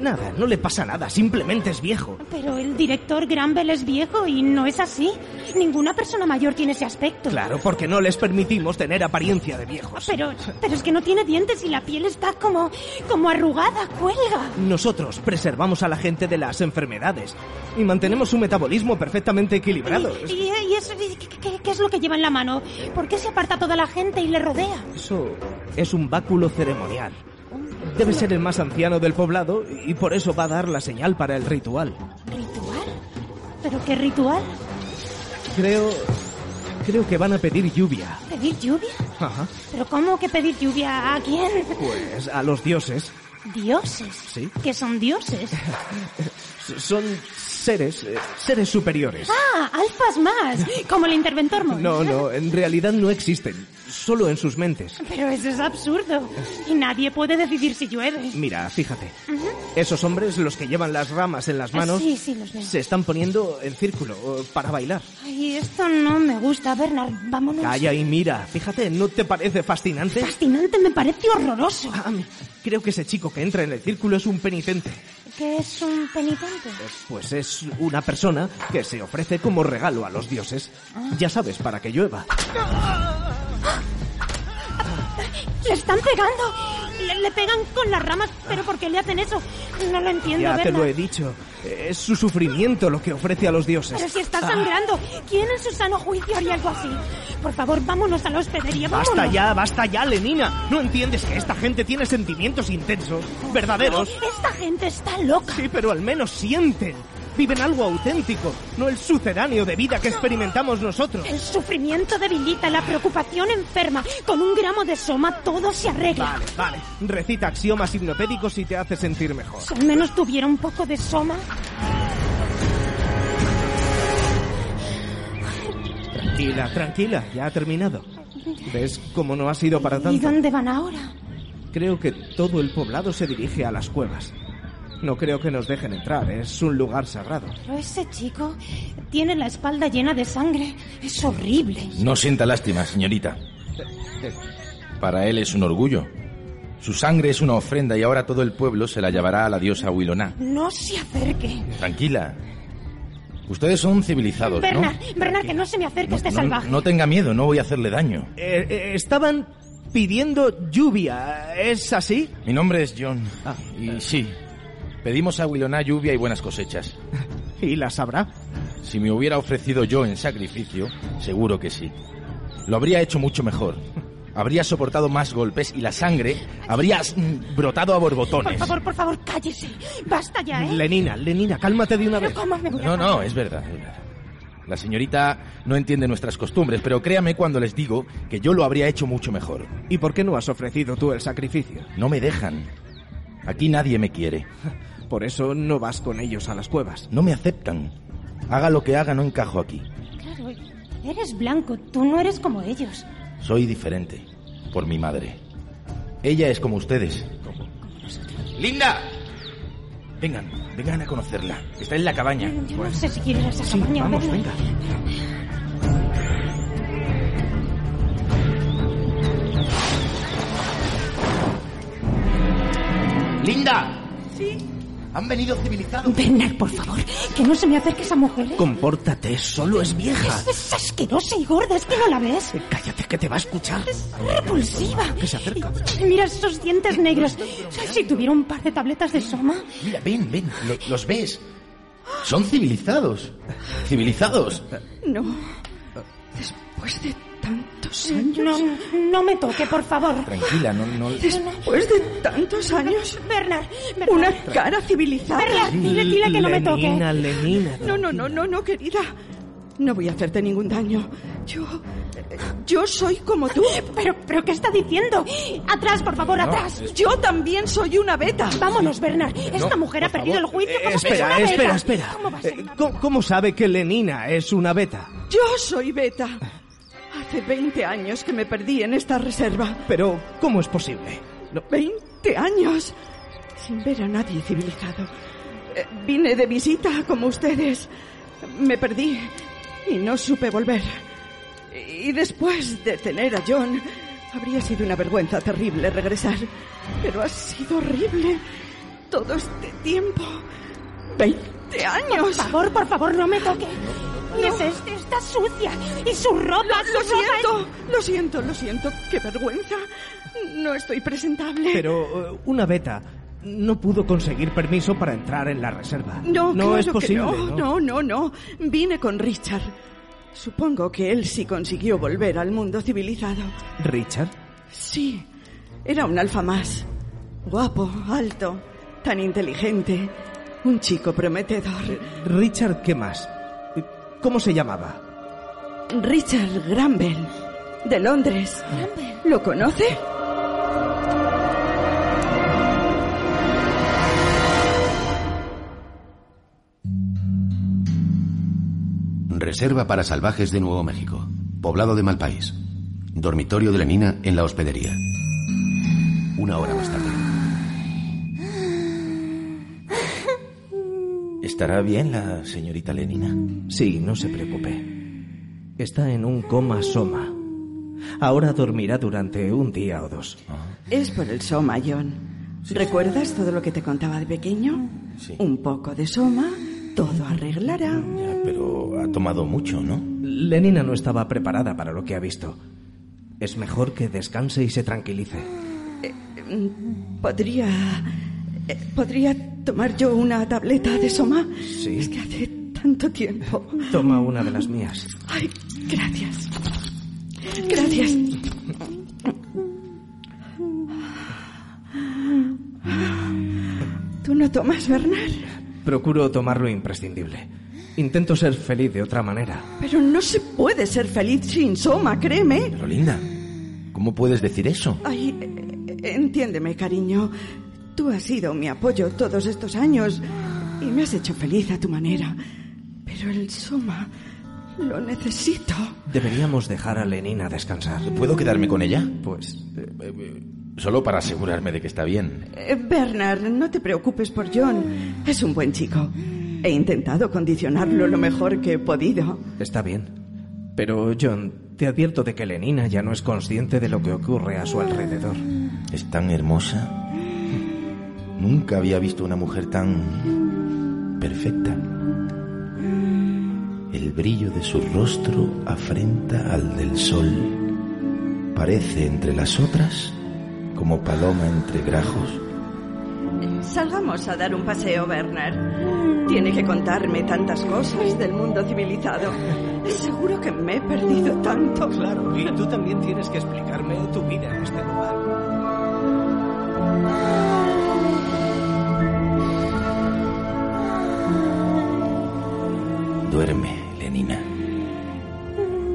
S13: Nada, no le pasa nada, simplemente es viejo.
S12: Pero el director Granville es viejo y no es así. Ninguna persona mayor tiene ese aspecto.
S13: Claro, porque no les permitimos tener apariencia de viejo.
S12: Pero, pero es que no tiene dientes y la piel está como, como arrugada, cuelga.
S13: Nosotros preservamos a la gente de las enfermedades y mantenemos su metabolismo perfectamente equilibrado.
S12: Y, y- y eso- y- ¿qué- qué, qué es lo que lleva en la mano? ¿Por qué se aparta toda la gente y le rodea?
S13: Eso es un báculo ceremonial. Debe ser el más anciano del poblado y por eso va a dar la señal para el ritual.
S12: ¿Ritual? ¿Pero qué ritual?
S13: Creo. Creo que van a pedir lluvia.
S12: ¿Pedir lluvia?
S13: Ajá.
S12: ¿Pero cómo que pedir lluvia? ¿A quién?
S13: Pues a los dioses.
S12: ¿Dioses?
S13: Sí.
S12: ¿Qué son dioses?
S13: S- Son seres, eh, seres superiores.
S12: ¡Ah! ¡Alfas más! Como el interventor Mon.
S13: No, no, en realidad no existen, solo en sus mentes.
S12: Pero eso es absurdo. Y nadie puede decidir si llueve.
S13: Mira, fíjate,
S12: Ujú.
S13: esos hombres, los que llevan las ramas en las manos,
S12: Sí, sí, los veo.
S13: se están poniendo en círculo eh, para bailar.
S12: Ay, esto no me gusta, Bernard. Vámonos.
S13: Calla y mira, fíjate, ¿no te parece fascinante? Ah,
S12: Fascinante, me parece horroroso.
S13: Creo que ese chico que entra en el círculo es un penitente.
S12: ¿Qué es un penitente?
S13: Pues es una persona que se ofrece como regalo a los dioses.
S12: Ah,
S13: Ya sabes, para que llueva.
S12: ¡Le están pegando! Le, le pegan con las ramas, pero ¿por qué le hacen eso? No lo entiendo,
S13: Ya te
S12: Bernard.
S13: lo he dicho. Es su sufrimiento lo que ofrece a los dioses.
S12: Pero si está
S13: Ah,
S12: sangrando, ¿quién en su sano juicio haría algo así? Por favor, vámonos a la hospedería, vámonos.
S13: Basta ya, basta ya, Lenina. ¿No entiendes que esta gente tiene sentimientos intensos, verdaderos?
S12: Esta gente está loca.
S13: Sí, pero al menos sienten. Viven algo auténtico, no el sucedáneo de vida que experimentamos nosotros.
S12: El sufrimiento debilita, la preocupación enferma. Con un gramo de soma todo se arregla.
S13: Vale, vale. Recita axiomas hipnopédicos y te hace sentir mejor.
S12: Si al menos tuviera un poco de soma.
S13: Tranquila, tranquila, ya ha terminado. ¿Ves cómo no ha sido para
S12: ¿Y
S13: tanto?
S12: dónde van ahora?
S13: Creo que todo el poblado se dirige a las cuevas. No creo que nos dejen entrar, es un lugar sagrado.
S12: Pero ese chico tiene la espalda llena de sangre. Es horrible.
S3: No sienta lástima, señorita. Para él es un orgullo. Su sangre es una ofrenda y ahora todo el pueblo se la llevará a la diosa Wiloná.
S12: No se acerque.
S3: Tranquila. Ustedes son civilizados, ¿no?
S12: Bernard, Bernard, que no se me acerque este
S3: No,
S12: salvaje.
S3: no tenga miedo, no voy a hacerle daño.
S13: Eh, eh, estaban pidiendo lluvia, ¿es así?
S3: Mi nombre es John.
S13: Ah.
S3: y sí, pedimos a Wiloná lluvia y buenas cosechas.
S13: ¿Y las habrá?
S3: Si me hubiera ofrecido yo en sacrificio, seguro que sí. Lo habría hecho mucho mejor. Habría soportado más golpes y la sangre habría mm, brotado a
S12: Por
S3: borbotones.
S12: favor, por favor, cállese. Basta ya, ¿eh?
S13: Lenina, Lenina, cálmate de una
S12: Pero
S3: vez.
S12: ¿Cómo me voy a
S3: No, no, es verdad. es verdad. La señorita no entiende nuestras costumbres, pero créame cuando les digo que yo lo habría hecho mucho mejor.
S13: ¿Y por qué no has ofrecido tú el sacrificio?
S3: No me dejan. Aquí nadie me quiere.
S13: Por eso no vas con ellos a las cuevas.
S3: No me aceptan. Haga lo que haga, no encajo aquí.
S12: Claro, eres blanco, tú no eres como ellos.
S3: Soy diferente. Por mi madre. Ella es como ustedes. ¡Linda! Vengan, vengan a conocerla. Está en la cabaña.
S12: Yo no sé si quiero ir a esa
S3: Sí,
S12: cabaña,
S3: vamos,
S12: Bernard.
S3: venga. ¡Linda!
S12: Sí.
S3: Han venido civilizados.
S12: Bernard, por favor, que no se me acerque esa mujer. ¿eh?
S13: Compórtate, solo es vieja.
S12: Es, es asquerosa y gorda, es que no la ves.
S3: Eh,
S13: Cállate que te va a escuchar.
S12: Repulsiva.
S13: Que se acerca.
S12: Mira esos dientes negros. Si tuviera un par de tabletas de soma.
S3: Mira, ven, ven, lo- los ves. Son civilizados. Civilizados.
S2: No. Después de tantos
S12: No,
S2: años.
S12: no me toque, por favor.
S3: Tranquila, no, no.
S2: Después de tantos años.
S12: Bernard, Bernard.
S2: Una cara civilizada.
S12: Bernard, dile, dile que no me toque.
S13: Lenina, Lenina.
S2: No, no, no, no, no, querida. No voy a hacerte ningún daño. Yo.
S4: Eh,
S2: Yo soy como tú.
S12: Pero, pero, ¿qué está diciendo? Atrás, por favor, atrás.
S2: Yo también soy una beta.
S12: Vámonos, Bernard. Esta mujer ha perdido el juicio.
S13: Eh,
S12: ¿Cómo que es
S13: espera,
S12: una
S13: espera,
S12: beta?
S13: espera. Eh, ¿cómo- ¿Cómo sabe que Lenina es una beta?
S2: Yo soy beta. Hace 20 años que me perdí en esta reserva.
S13: Pero, ¿cómo es posible? No,
S2: 20 años sin ver a nadie civilizado. Eh, Vine de visita como ustedes. Me perdí y no supe volver. Y después de tener a John, habría sido una vergüenza terrible regresar. Pero ha sido horrible todo este tiempo. 20
S12: Por
S2: años.
S12: favor, por favor, no me toque. ¿Qué es esto? Está sucia. Y su ropa,
S2: Lo
S12: su ropa es-
S2: siento, lo siento, lo siento. Qué vergüenza. No estoy presentable.
S13: Pero eh, una beta no pudo conseguir permiso para entrar en la reserva.
S2: No, claro
S13: es
S2: que
S13: posible.
S2: no, no, no, no. Vine con Richard. Supongo que él sí consiguió volver al mundo civilizado.
S13: Richard,
S2: Sí, era un alfa más. Guapo, alto, tan inteligente. Un chico prometedor.
S13: Richard, ¿qué más? Eh, ¿Cómo se llamaba?
S2: Richard Granville, de Londres. ¿Lo conoce?
S1: Reserva para salvajes de Nuevo México. Poblado de Malpaís. Dormitorio de Lenina en la hospedería. Una hora más tarde.
S3: ¿Estará bien la señorita Lenina?
S13: Sí, no se preocupe. Está en un coma soma. Ahora dormirá durante un día o dos.
S3: Ah,
S2: Es por el soma, John. ¿Recuerdas todo lo que te contaba de pequeño?
S3: Sí.
S2: Un poco de soma, todo arreglará.
S3: Ya, pero ha tomado mucho, ¿no?
S13: Lenina no estaba preparada para lo que ha visto. Es mejor que descanse y se tranquilice.
S2: Mm, Eh, Podría. eh, ¿Podría tomar yo una tableta de soma?
S13: Sí.
S2: Es que hace tanto tiempo.
S13: Toma una de las mías.
S2: Ay, gracias. Gracias. ¿Tú no tomas, Bernard?
S13: Procuro tomar lo imprescindible. Intento ser feliz de otra manera.
S2: Pero no se puede ser feliz sin soma, créeme.
S3: Pero Linda, ¿cómo puedes decir eso?
S2: Ay, eh, entiéndeme, cariño. Tú has sido mi apoyo todos estos años y me has hecho feliz a tu manera. Pero el soma lo necesito.
S13: Deberíamos dejar a Lenina descansar.
S3: ¿Puedo quedarme con ella?
S13: Pues... eh, eh, eh,
S3: Solo para asegurarme de que está bien.
S2: Eh, Bernard, no te preocupes por John. Es un buen chico. He intentado condicionarlo lo mejor que he podido.
S13: Está bien. Pero, John, te advierto de que Lenina ya no es consciente de lo que ocurre a su alrededor.
S3: Es tan hermosa. Nunca había visto una mujer tan perfecta. El brillo de su rostro afrenta al del sol. Parece entre las otras como paloma entre grajos.
S2: Salgamos a dar un paseo, Bernard. Tiene que contarme tantas cosas del mundo civilizado. Seguro que me he perdido tanto.
S13: Claro, y tú también tienes que explicarme tu vida en este lugar.
S3: Duerme, Lenina.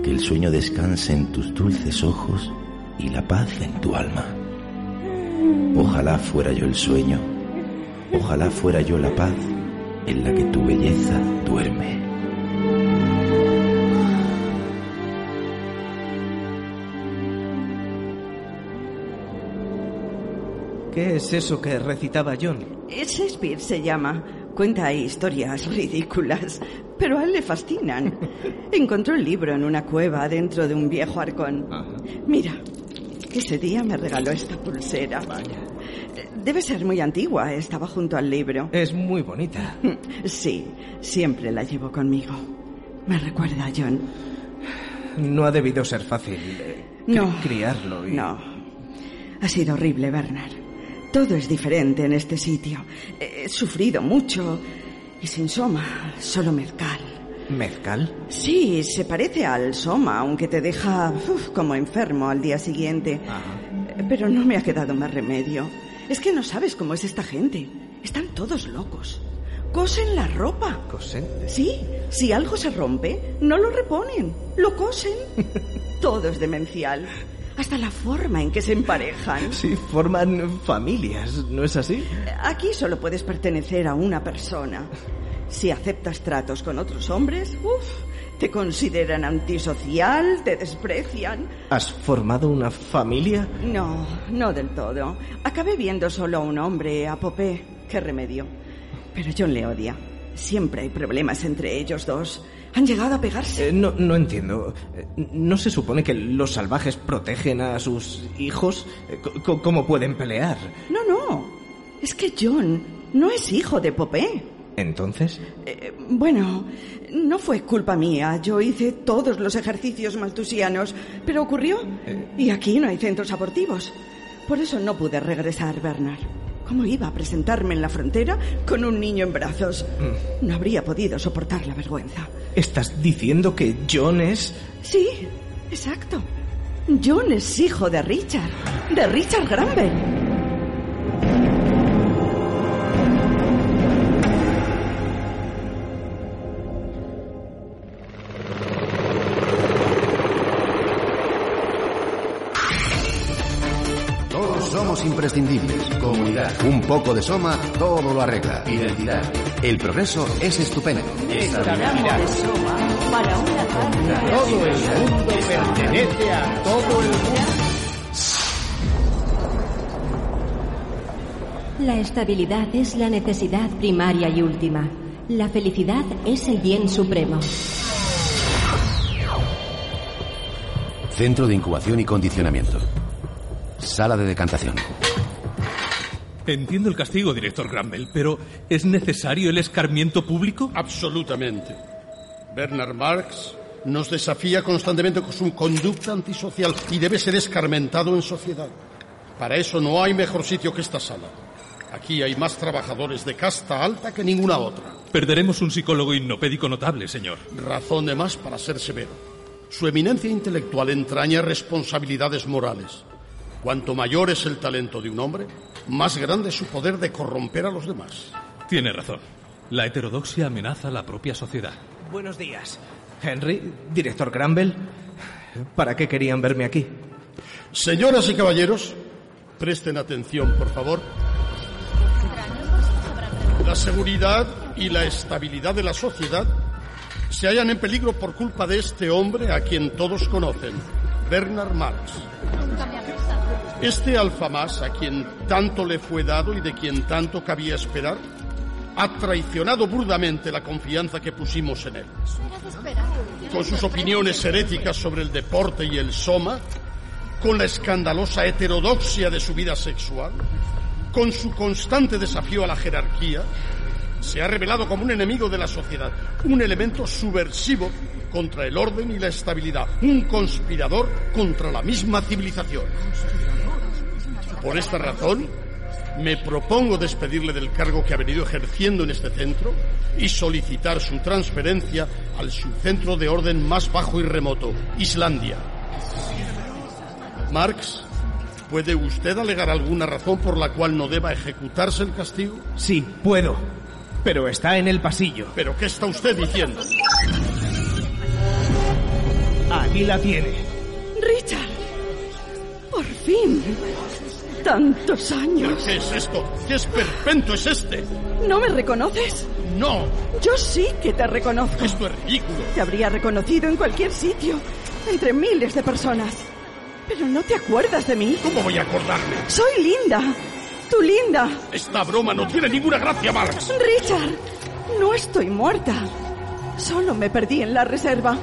S3: Que el sueño descanse en tus dulces ojos y la paz en tu alma. Ojalá fuera yo el sueño. Ojalá fuera yo la paz en la que tu belleza duerme.
S13: ¿Qué es eso que recitaba John?
S2: Shakespeare se llama. Cuenta historias ridículas, pero a él le fascinan. Encontró el libro en una cueva dentro de un viejo arcón. Mira, ese día me regaló esta pulsera. Debe ser muy antigua, estaba junto al libro. Mm,
S13: Es muy bonita.
S2: Sí, siempre la llevo conmigo. Me recuerda a John.
S13: No ha debido ser fácil eh, cri-
S2: No.
S13: criarlo. y-
S2: No. Ha sido horrible, Bernard. Todo es diferente en este sitio. He sufrido mucho y sin soma, solo mezcal.
S13: ¿Mezcal?
S2: Sí, se parece al soma, aunque te deja uf, como enfermo al día siguiente. Pero no me ha quedado más remedio. Es que no sabes cómo es esta gente. Están todos locos. Cosen la ropa.
S13: ¿Cosen?
S2: Sí, si algo se rompe, no lo reponen, lo cosen. Todo es demencial. Hasta la forma en que se emparejan.
S13: Sí, forman familias, ¿no es así?
S2: Aquí solo puedes pertenecer a una persona. Si aceptas tratos con otros hombres, uf, te consideran antisocial, te desprecian.
S13: ¿Has formado una familia?
S2: No, no del todo. Acabé viendo solo a un hombre, a Popé. Qué remedio. Pero John le odia. Siempre hay problemas entre ellos dos. Han llegado a pegarse.
S13: Eh, no, no entiendo. Eh, ¿No se supone que los salvajes protegen a sus hijos? Eh, co- co- ¿Cómo pueden pelear?
S2: No, no. Es que John no es hijo de Popé.
S13: Entonces,
S2: Eh, bueno, no fue culpa mía. Yo hice todos los ejercicios maltusianos, pero ocurrió.
S4: eh,
S2: Y aquí no hay centros abortivos. Por eso no pude regresar, Bernard. ¿Cómo iba a presentarme en la frontera con un niño en brazos? No habría podido soportar la vergüenza.
S13: ¿estás diciendo que John es...
S2: Sí, exacto. John es hijo de Richard, de Richard Granville.
S1: Todos somos imprescindibles. Comunidad. Un poco de soma,
S4: eh,
S1: todo lo arregla. Identidad. El progreso es estupendo.
S5: Estaremos de soma. para una tarde.
S4: Todo el mundo pertenece a todo el mundo.
S6: La estabilidad es la necesidad primaria y última. La felicidad es el bien supremo.
S1: Centro de incubación y condicionamiento. Sala de decantación.
S9: Entiendo el castigo, director Granville, pero ¿es necesario el escarmiento público?
S8: Absolutamente. Bernard Marx nos desafía constantemente con su conducta antisocial y debe ser escarmentado en sociedad. Para eso no hay mejor sitio que esta sala. Aquí hay más trabajadores de casta alta que ninguna otra.
S9: Perderemos un psicólogo innopédico notable, señor.
S8: Razón de más para ser severo. Su eminencia intelectual entraña responsabilidades morales. Cuanto mayor es el talento de un hombre, más grande es su poder de corromper a los demás.
S9: Tiene razón. La heterodoxia amenaza la propia sociedad.
S13: Buenos días. Henry, director Granville, ¿para qué querían verme aquí?
S8: Señoras y caballeros, presten atención, por favor. La seguridad y la estabilidad de la sociedad se hallan en peligro por culpa de este hombre a quien todos conocen, Bernard Marx. Este alfamás, a quien tanto le fue dado y de quien tanto cabía esperar, ha traicionado burdamente la confianza que pusimos en él. Con sus opiniones heréticas sobre el deporte y el soma, con la escandalosa heterodoxia de su vida sexual, con su constante desafío a la jerarquía, se ha revelado como un enemigo de la sociedad, un elemento subversivo contra el orden y la estabilidad, un conspirador contra la misma civilización. Por esta razón, me propongo despedirle del cargo que ha venido ejerciendo en este centro y solicitar su transferencia al subcentro de orden más bajo y remoto, Islandia. Marx, ¿puede usted alegar alguna razón por la cual no deba ejecutarse el castigo?
S13: Sí, puedo. Pero está en el pasillo.
S8: ¿Pero qué está usted diciendo?
S13: Aquí la tiene.
S2: Richard, por fin. Tantos
S8: ¿Pero
S2: años.
S8: qué es esto? ¿Qué esperpento es este?
S2: ¿No me reconoces?
S8: No.
S2: Yo sí que te reconozco.
S8: Esto es ridículo.
S2: Te habría reconocido en cualquier sitio, entre miles de personas. Pero no te acuerdas de mí.
S8: ¿Cómo voy a acordarme?
S2: Soy Linda. Tu Linda.
S8: Esta broma no tiene ninguna gracia, Marx.
S2: Richard, no estoy muerta. Solo me perdí en la reserva.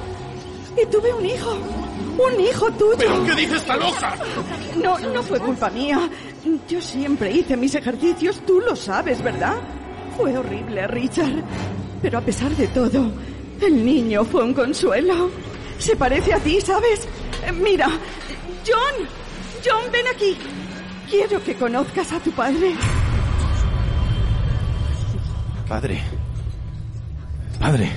S2: Y tuve un hijo. Un hijo tuyo.
S8: ¿Pero qué dice esta loca?
S2: No, no fue culpa mía. Yo siempre hice mis ejercicios, tú lo sabes, ¿verdad? Fue horrible, Richard. Pero a pesar de todo, el niño fue un consuelo. Se parece a ti, ¿sabes? Eh, Mira, John, John, ven aquí. Quiero que conozcas a tu padre.
S3: Padre. Padre.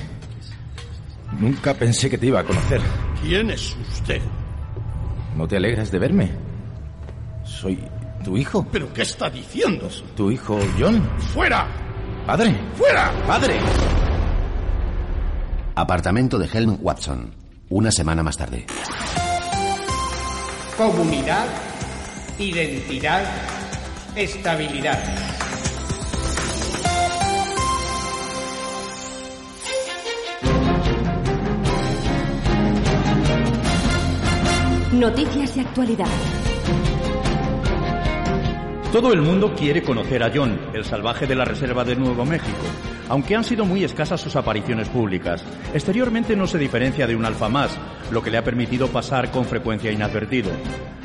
S3: Nunca pensé que te iba a conocer.
S8: ¿Quién es usted?
S3: ¿No te alegras de verme? Soy tu hijo.
S8: ¿Pero qué está diciendo?
S3: Tu hijo John.
S8: ¡Fuera!
S3: Padre.
S8: ¡Fuera!
S3: Padre.
S1: Apartamento de Helm Watson. Una semana más tarde.
S4: Comunidad, identidad, estabilidad.
S6: Noticias de actualidad.
S7: Todo el mundo quiere conocer a John, el salvaje de la Reserva de Nuevo México, aunque han sido muy escasas sus apariciones públicas. Exteriormente no se diferencia de un alfa más, lo que le ha permitido pasar con frecuencia inadvertido.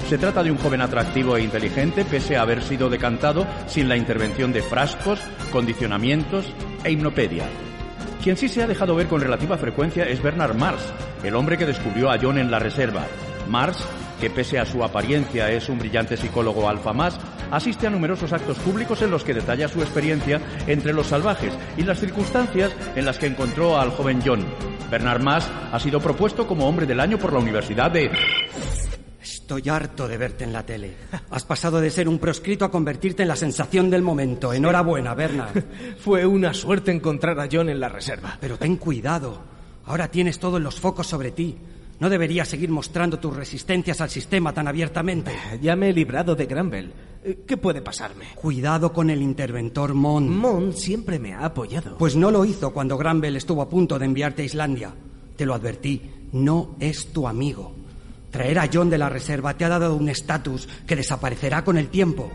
S7: Se trata de un joven atractivo e inteligente, pese a haber sido decantado sin la intervención de frascos, condicionamientos e hipnopedia. Quien sí se ha dejado ver con relativa frecuencia es Bernard Mars, el hombre que descubrió a John en la reserva. Mars, que pese a su apariencia es un brillante psicólogo alfa más, asiste a numerosos actos públicos en los que detalla su experiencia entre los salvajes y las circunstancias en las que encontró al joven John. Bernard Mars ha sido propuesto como hombre del año por la Universidad de...
S18: Estoy harto de verte en la tele. Has pasado de ser un proscrito a convertirte en la sensación del momento. Enhorabuena, Bernard.
S13: Fue una suerte encontrar a John en la reserva.
S18: Pero ten cuidado. Ahora tienes todos los focos sobre ti. No deberías seguir mostrando tus resistencias al sistema tan abiertamente.
S13: Eh, Ya me he librado de Granville. Eh, ¿Qué puede pasarme?
S18: Cuidado con el interventor Mon.
S13: Mon siempre me ha apoyado.
S18: Pues no lo hizo cuando Granville estuvo a punto de enviarte a Islandia. Te lo advertí, no es tu amigo. Traer a John de la reserva te ha dado un estatus que desaparecerá con el tiempo.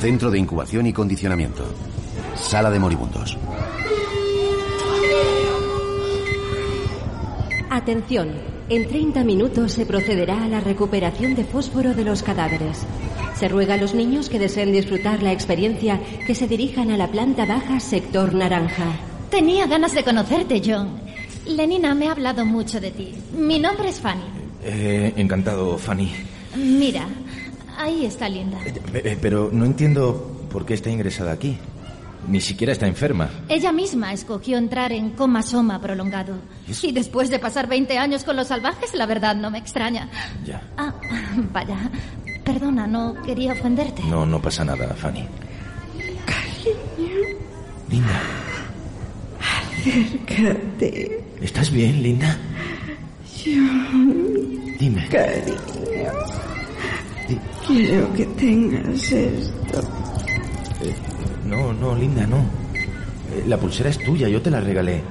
S1: Centro de incubación y condicionamiento. Sala de moribundos.
S6: Atención, en 30 minutos se procederá a la recuperación de fósforo de los cadáveres. Se ruega a los niños que deseen disfrutar la experiencia que se dirijan a la planta baja sector naranja.
S17: Tenía ganas de conocerte, John. Lenina me ha hablado mucho de ti. Mi nombre es Fanny.
S3: Eh, encantado, Fanny.
S17: Mira, ahí está Linda.
S3: Pe- eh, Pero no entiendo por qué está ingresada aquí. Ni siquiera está enferma.
S17: Ella misma escogió entrar en coma soma prolongado. Y después de pasar 20 años con los salvajes, la verdad no me extraña.
S3: Ya.
S17: Ah, vaya. Perdona, no quería ofenderte.
S3: No, no pasa nada, Fanny. Linda,
S2: Acércate,
S3: ¿estás bien, Linda?
S2: John.
S3: Dime.
S2: Cariño. Quiero que tengas esto.
S3: Eh, No, no, Linda, no. Eh, La pulsera es tuya, yo te la regalé.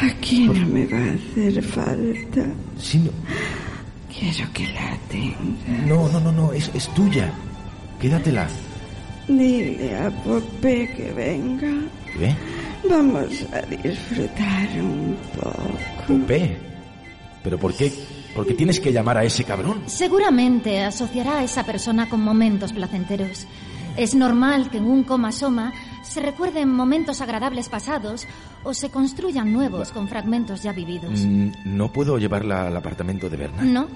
S2: Aquí no me va a hacer falta.
S3: Sí, no.
S2: Quiero que la tengas.
S3: No, no, no, no, es, es tuya. Quédatela.
S2: Dile a Popé que venga.
S3: ¿Eh?
S2: Vamos a disfrutar un poco.
S3: Ve. ¿Pero por qué? ¿Por qué tienes que llamar a ese cabrón?
S17: Seguramente asociará a esa persona con momentos placenteros. Es normal que en un coma soma se recuerden momentos agradables pasados o se construyan nuevos con fragmentos ya vividos.
S3: Mm, No puedo llevarla al apartamento de Bernard.
S17: No,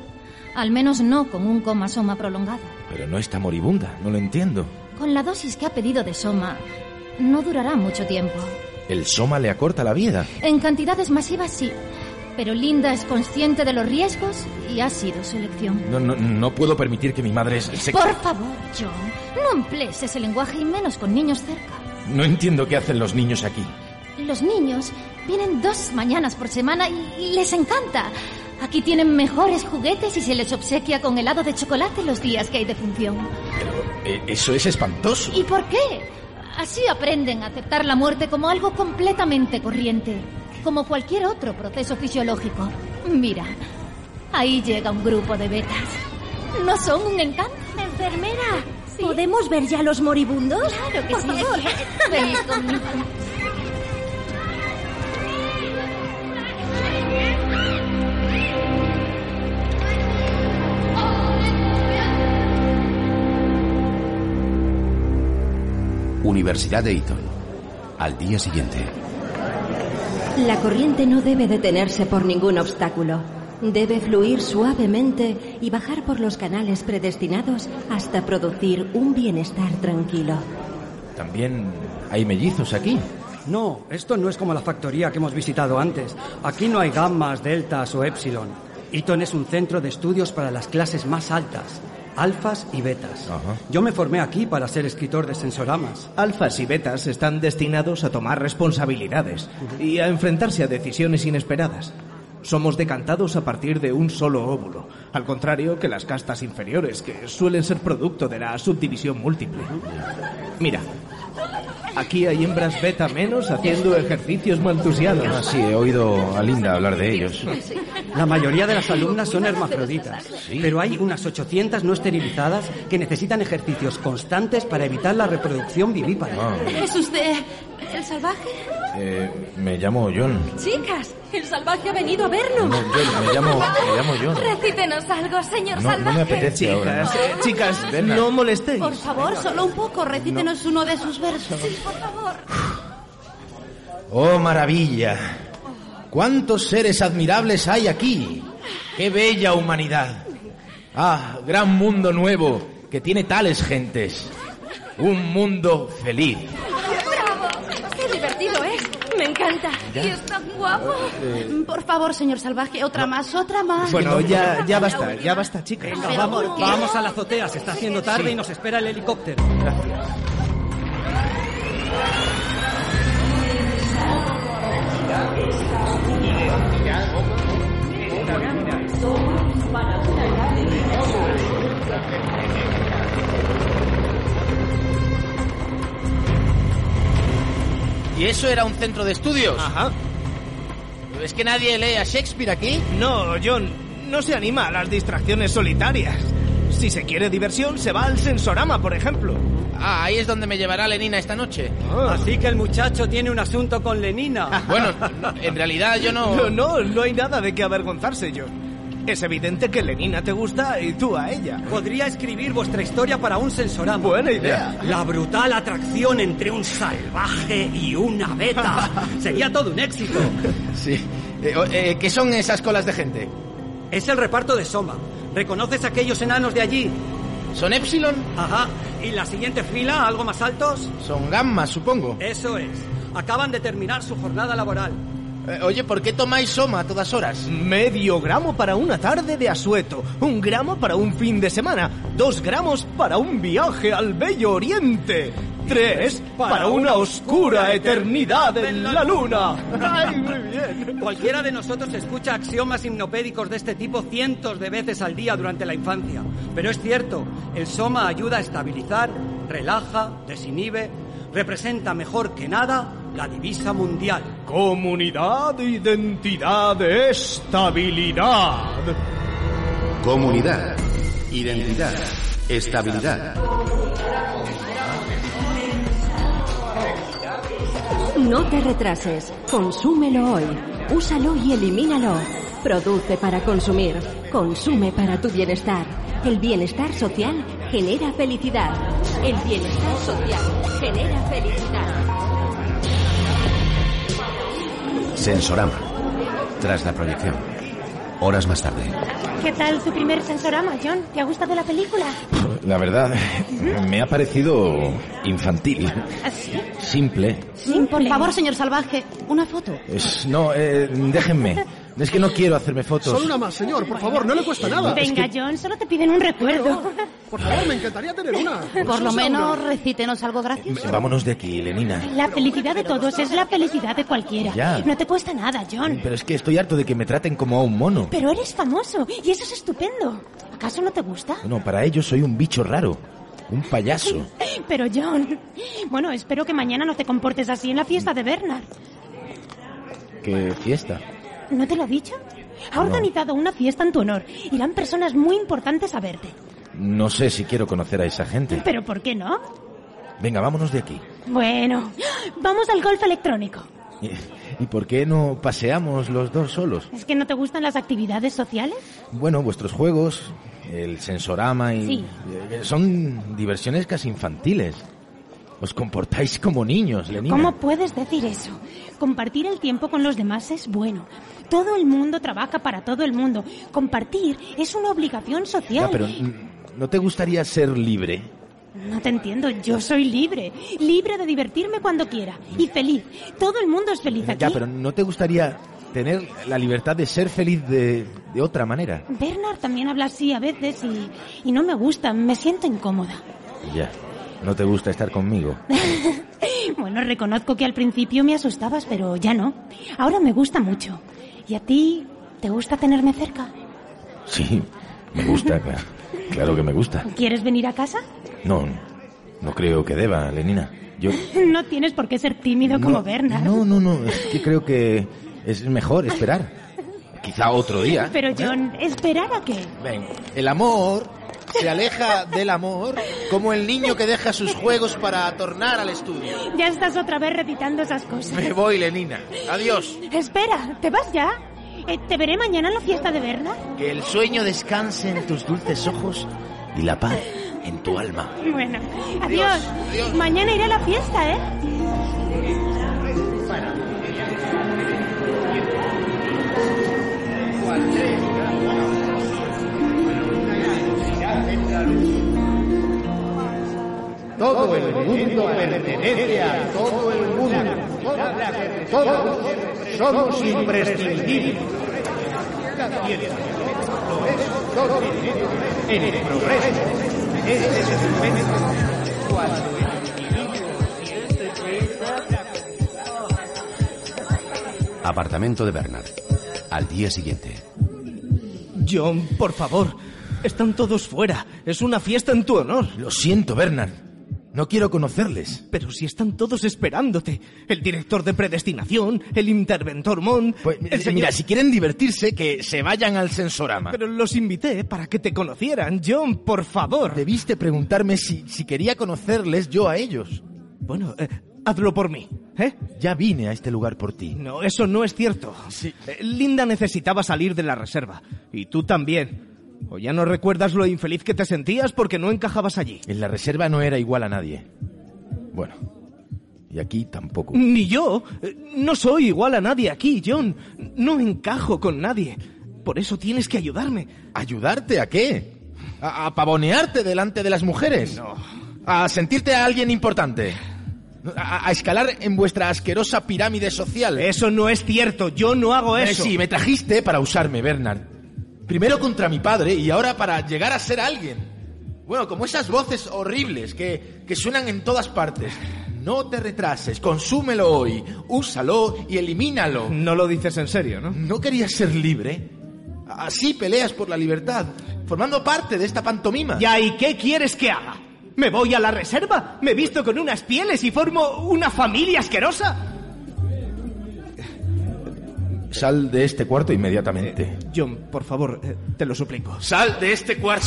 S17: al menos no con un coma soma prolongado.
S3: Pero no está moribunda, no lo entiendo.
S17: Con la dosis que ha pedido de soma, no durará mucho tiempo.
S3: El soma le acorta la vida.
S17: En cantidades masivas sí, pero Linda es consciente de los riesgos y ha sido su elección.
S3: No, no, no puedo permitir que mi madre se... se-
S17: Por favor, John, no emplees ese lenguaje y menos con niños cerca.
S3: No entiendo qué hacen los niños aquí.
S17: Los niños vienen dos mañanas por semana y, y les encanta. Aquí tienen mejores juguetes y se les obsequia con helado de chocolate los días que hay de función.
S3: Eh, eso es espantoso.
S17: ¿Y por qué? Así aprenden a aceptar la muerte como algo completamente corriente, como cualquier otro proceso fisiológico. Mira, ahí llega un grupo de betas. No son un encanto. Enfermera, ¿podemos ver ya los moribundos? Claro que
S12: Por
S17: sí.
S12: favor.
S17: Venid conmigo.
S1: Universidad de Eton. Al día siguiente.
S6: La corriente no debe detenerse por ningún obstáculo. Debe fluir suavemente y bajar por los canales predestinados hasta producir un bienestar tranquilo.
S3: También hay mellizos aquí.
S18: No, esto no es como la factoría que hemos visitado antes. Aquí no hay gammas, deltas o epsilon. Eton es un centro de estudios para las clases más altas, alfas y betas. Yo me formé aquí para ser escritor de sensoramas.
S13: Alfas y betas están destinados a tomar responsabilidades y a enfrentarse a decisiones inesperadas. Somos decantados a partir de un solo óvulo, al contrario que las castas inferiores, que suelen ser producto de la subdivisión múltiple. Mira, aquí hay hembras beta menos haciendo ejercicios maltusianos.
S3: Ah, sí, he oído a Linda hablar de ellos.
S18: La mayoría de las alumnas son hermafroditas, pero hay unas 800 no esterilizadas que necesitan ejercicios constantes para evitar la reproducción vivípara.
S20: ¿Es usted el salvaje?
S3: Eh, me llamo John.
S20: Chicas, el salvaje ha venido a vernos.
S3: No, John, me llamo, me llamo John.
S20: Recítenos algo, señor
S3: No,
S20: salvaje.
S3: no me apetece ahora.
S13: Chicas,
S3: Bernard.
S13: no molestéis.
S20: Por favor, solo un poco, recítenos uno de sus versos.
S3: Oh, maravilla. ¿Cuántos seres admirables hay aquí? ¡Qué bella humanidad! Ah, gran mundo nuevo que tiene tales gentes. Un mundo feliz.
S20: ¡Bravo! ¡Qué divertido
S10: ¿eh?
S20: es! ¡Me encanta!
S3: Ya.
S20: ¡Y es tan guapo!
S3: Eh,
S20: Por favor, señor salvaje, otra más, otra más.
S13: Bueno, ya, ya basta, eh. ya basta, chicas.
S20: Pero
S18: vamos,
S20: ¿por qué?
S18: vamos a la azotea, se está haciendo tarde
S13: Sí.
S18: y nos espera el helicóptero.
S5: Gracias.
S21: eso era un centro de estudios. Ajá. ¿Es que nadie lee a Shakespeare aquí?
S13: No, John, no se anima a las distracciones solitarias. Si se quiere diversión, se va al sensorama, por ejemplo.
S21: Ah, ahí es donde me llevará Lenina esta noche.
S18: Así que el muchacho tiene un asunto con Lenina.
S21: Bueno, en realidad yo no...
S13: No, no, no hay nada de qué avergonzarse, John. Es evidente que Lenina te gusta y tú a ella.
S18: Podría escribir vuestra historia para un sensorama. ¿Eh?
S13: Buena idea.
S18: La brutal atracción entre un salvaje y una beta. Sería todo un éxito.
S21: Sí. Eh, eh, ¿Qué son esas colas de gente?
S18: Es el reparto de Soma. ¿Reconoces a aquellos enanos de allí?
S21: ¿Son Epsilon?
S18: Ajá. ¿Y la siguiente fila, algo más altos?
S21: Son Gamma, supongo.
S18: Eso es. Acaban de terminar su jornada laboral.
S21: Eh, oye, ¿por qué tomáis soma a todas horas?
S13: Medio gramo para una tarde de asueto, un gramo para un fin de semana, dos gramos para un viaje al Bello Oriente, tres para una oscura eternidad en la luna.
S18: ¡Ay, muy bien! Cualquiera de nosotros escucha axiomas hipnopédicos de este tipo cientos de veces al día durante la infancia. Pero es cierto, el soma ayuda a estabilizar, relaja, desinhibe, representa mejor que nada la divisa mundial.
S22: Comunidad, identidad, estabilidad.
S1: Comunidad, identidad, estabilidad.
S6: No te retrases. Consúmelo hoy. Úsalo y elimínalo. Produce para consumir. Consume para tu bienestar. El bienestar social genera felicidad. El bienestar social genera felicidad.
S1: Sensorama. Tras la proyección. Horas más tarde.
S12: ¿Qué tal tu primer sensorama, John? ¿Te ha gustado la película?
S3: La verdad, me ha parecido infantil. Simple.
S10: ¿Ah, Sí, por favor, señor salvaje, una foto.
S3: Es- no, eh, déjenme. Es que no quiero hacerme fotos.
S8: Solo una más, señor, por favor, no le cuesta nada.
S12: Venga, John, solo te piden un recuerdo.
S8: Por favor, me encantaría tener una.
S10: Por lo menos recítenos algo gracioso.
S3: Vámonos de aquí, Lenina.
S12: La felicidad de todos es la felicidad de cualquiera.
S3: Ya.
S12: No te cuesta nada, John.
S3: Pero es que estoy harto de que me traten como a un mono.
S12: Pero eres famoso y eso es estupendo. ¿Acaso no te gusta?
S3: No, para ellos soy un bicho raro. Un payaso.
S12: Pero John, bueno, espero que mañana no te comportes así en la fiesta de Bernard.
S3: Qué fiesta.
S12: ¿No te lo ha dicho? Ha
S3: No.
S12: organizado una fiesta en tu honor. Irán personas muy importantes a verte.
S3: No sé si quiero conocer a esa gente.
S12: ¿Pero por qué no?
S3: Venga, vámonos de aquí.
S12: Bueno, vamos al golf electrónico.
S3: ¿Y por qué no paseamos los dos solos?
S12: ¿Es que no te gustan las actividades sociales?
S3: Bueno, vuestros juegos, el sensorama y...
S12: Sí.
S3: eh, Son diversiones casi infantiles. Os comportáis como niños, Lenina.
S12: ¿Cómo puedes decir eso? Compartir el tiempo con los demás es bueno. Todo el mundo trabaja para todo el mundo. Compartir es una obligación social.
S3: Ya, pero mm, ¿no te gustaría ser libre?
S12: No te entiendo, yo soy libre. Libre de divertirme cuando quiera. Y feliz. Todo el mundo es feliz aquí.
S3: Ya, pero ¿no te gustaría tener la libertad de ser feliz de, de otra manera?
S12: Bernard también habla así a veces y, y no me gusta, me siento incómoda.
S3: Ya, no te gusta estar conmigo.
S12: Bueno, reconozco que al principio me asustabas, pero ya no. Ahora me gusta mucho. ¿Y a ti te gusta tenerme cerca?
S3: Sí, me gusta, claro. Claro que me gusta.
S12: ¿Quieres venir a casa?
S3: No, no creo que deba, Lenina. Yo...
S12: No tienes por qué ser tímido como Bernard.
S3: No, no, no, es que creo que es mejor esperar. Quizá otro día.
S12: Pero John, ¿esperar a qué?
S3: Ven,
S21: El amor se aleja del amor como el niño que deja sus juegos para tornar al estudio.
S12: Ya estás otra vez recitando esas cosas.
S21: Me voy, Lenina. Adiós.
S12: Espera, ¿te vas ya? Eh, ¿Te veré mañana en la fiesta de Bernard?
S21: Que el sueño descanse en tus dulces ojos y la paz en tu alma.
S12: Bueno, adiós. Mañana iré a la fiesta, ¿eh?
S5: Todo el mundo pertenece a todo el mundo. Todos somos imprescindibles. Y el progreso es todo. El progreso es el momento cuando
S1: Apartamento de Bernard. Al día siguiente.
S13: John, por favor, están todos fuera. Es una fiesta en tu honor.
S3: Lo siento, Bernard. No quiero conocerles.
S13: Pero si están todos esperándote. El director de predestinación, el interventor Mond...
S3: Pues,
S13: el señor-
S3: Mira, si quieren divertirse, que se vayan al sensorama.
S13: Pero los invité para que te conocieran, John, por favor.
S3: Debiste preguntarme si, si quería conocerles yo a ellos.
S13: Bueno, eh, hazlo por mí, ¿eh?
S3: Ya vine a este lugar por ti.
S13: No, eso no es cierto. Eh, Linda necesitaba salir de la reserva. Y tú también. ¿O ya no recuerdas lo infeliz que te sentías porque no encajabas allí?
S3: En la reserva no era igual a nadie. Bueno, y aquí tampoco.
S13: Ni yo. Eh, No soy igual a nadie aquí, John. No encajo con nadie. Por eso tienes que ayudarme.
S3: ¿Ayudarte a qué? ¿A, a pavonearte delante de las mujeres? No. ¿A sentirte a alguien importante? ¿A, a- a escalar en vuestra asquerosa pirámide social?
S13: Eso no es cierto. Yo no hago
S3: Eh,
S13: eso.
S3: sí, me trajiste para usarme, Bernard. Primero contra mi padre y ahora para llegar a ser alguien. Bueno, como esas voces horribles que, que suenan en todas partes. No te retrases, consúmelo hoy, úsalo y elimínalo.
S13: No lo dices en serio, ¿no?
S3: No querías ser libre. Así peleas por la libertad, formando parte de esta pantomima.
S13: Ya, ¿y qué quieres que haga? ¿Me voy a la reserva? ¿Me visto con unas pieles y formo una familia asquerosa?
S3: Sal de este cuarto inmediatamente.
S13: John, por favor, eh, te lo suplico.
S3: Sal de este cuarto.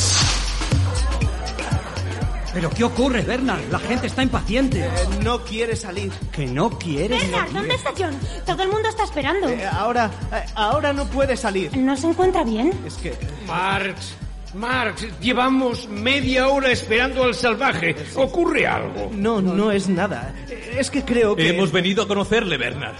S19: ¿Pero qué ocurre, Bernard? La gente está impaciente.
S13: Eh, No quiere salir.
S19: Que no quieres.
S12: Bernard, ¿dónde está John? Todo el mundo está esperando.
S13: Eh, ahora, eh, ahora no puede salir.
S12: ¿No se encuentra bien?
S13: Es que...
S4: Marx, Marx, llevamos media hora esperando al salvaje. ¿Ocurre algo?
S13: No, no es nada. Eh, Es que creo que...
S9: Hemos venido a conocerle, Bernard.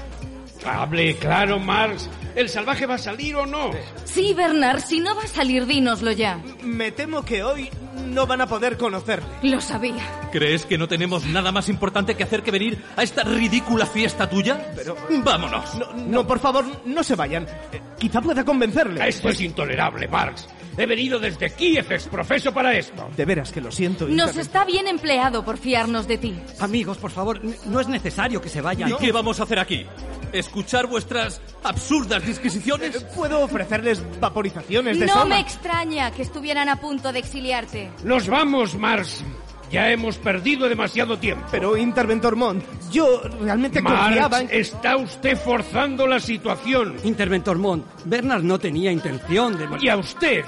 S4: Hable claro, Marx. ¿El salvaje va a salir o no?
S10: Sí, Bernard, si no va a salir, dínoslo ya.
S13: Me temo que hoy no van a poder conocerle.
S10: Lo sabía.
S9: ¿Crees que no tenemos nada más importante que hacer que venir a esta ridícula fiesta tuya? Pero... Vámonos.
S13: No, no, por favor, no se vayan. Eh, Quizá pueda convencerle.
S4: Esto es intolerable, Marx. He venido desde Kiev exprofeso para esto.
S13: De veras que lo siento.
S10: Nos está bien empleado por fiarnos de ti.
S19: Amigos, por favor, n- no es necesario que se vayan.
S9: ¿Y qué vamos a hacer aquí? ¿Escuchar vuestras absurdas disquisiciones?
S13: Eh, ¿Puedo ofrecerles vaporizaciones
S10: No me extraña que estuvieran a punto de exiliarte.
S4: Nos vamos, Marx. Ya hemos perdido demasiado tiempo.
S13: Pero, Interventor Mond, yo realmente confiaba
S4: Marx,
S13: en...
S4: está usted forzando la situación.
S19: Interventor Mond, Bernard no tenía intención de...
S4: Y a usted,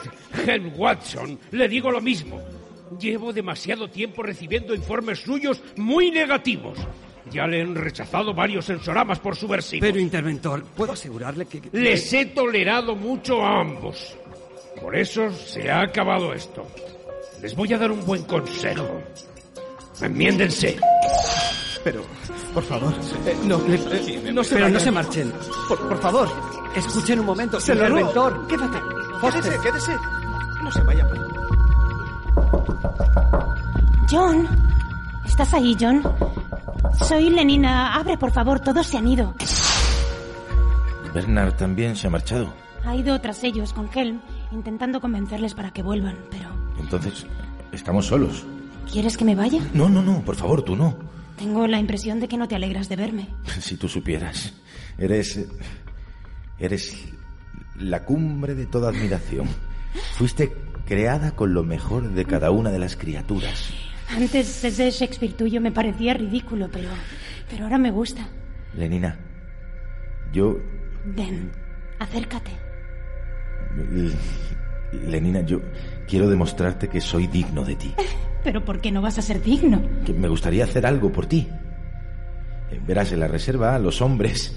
S4: Hel Watson, le digo lo mismo. Llevo demasiado tiempo recibiendo informes suyos muy negativos. Ya le han rechazado varios sensoramas por su versión.
S19: Pero, interventor, puedo asegurarle que...
S4: Les he tolerado mucho a ambos. Por eso se ha acabado esto. Les voy a dar un buen consejo. Enmiéndense.
S13: Pero, por favor, eh, no, eh, no se
S19: Pero
S13: vayan.
S19: no se marchen.
S13: Por, por favor.
S19: Escuchen un momento,
S13: Se lo ruego.
S19: interventor.
S13: Quédate.
S19: Foster.
S13: Quédese, quédese. No se vaya.
S12: John, ¿estás ahí, John? Soy Lenina. Abre, por favor, todos se han ido.
S3: Bernard también se ha marchado.
S12: Ha ido tras ellos con Helm, intentando convencerles para que vuelvan, pero
S3: Entonces, estamos solos.
S12: ¿quieres que me vaya?
S3: No, no, no, por favor, tú no.
S12: Tengo la impresión de que no te alegras de verme.
S3: Si tú supieras, eres... Eres la cumbre de toda admiración. Fuiste creada con lo mejor de cada una de las criaturas.
S12: Antes ese Shakespeare tuyo me parecía ridículo, pero, pero ahora me gusta.
S3: Lenina, yo...
S12: Ven, acércate.
S3: Lenina, yo quiero demostrarte que soy digno de ti.
S12: Pero ¿por qué no vas a ser digno?
S3: que me gustaría hacer algo por ti. Eh, Verás, en la reserva los hombres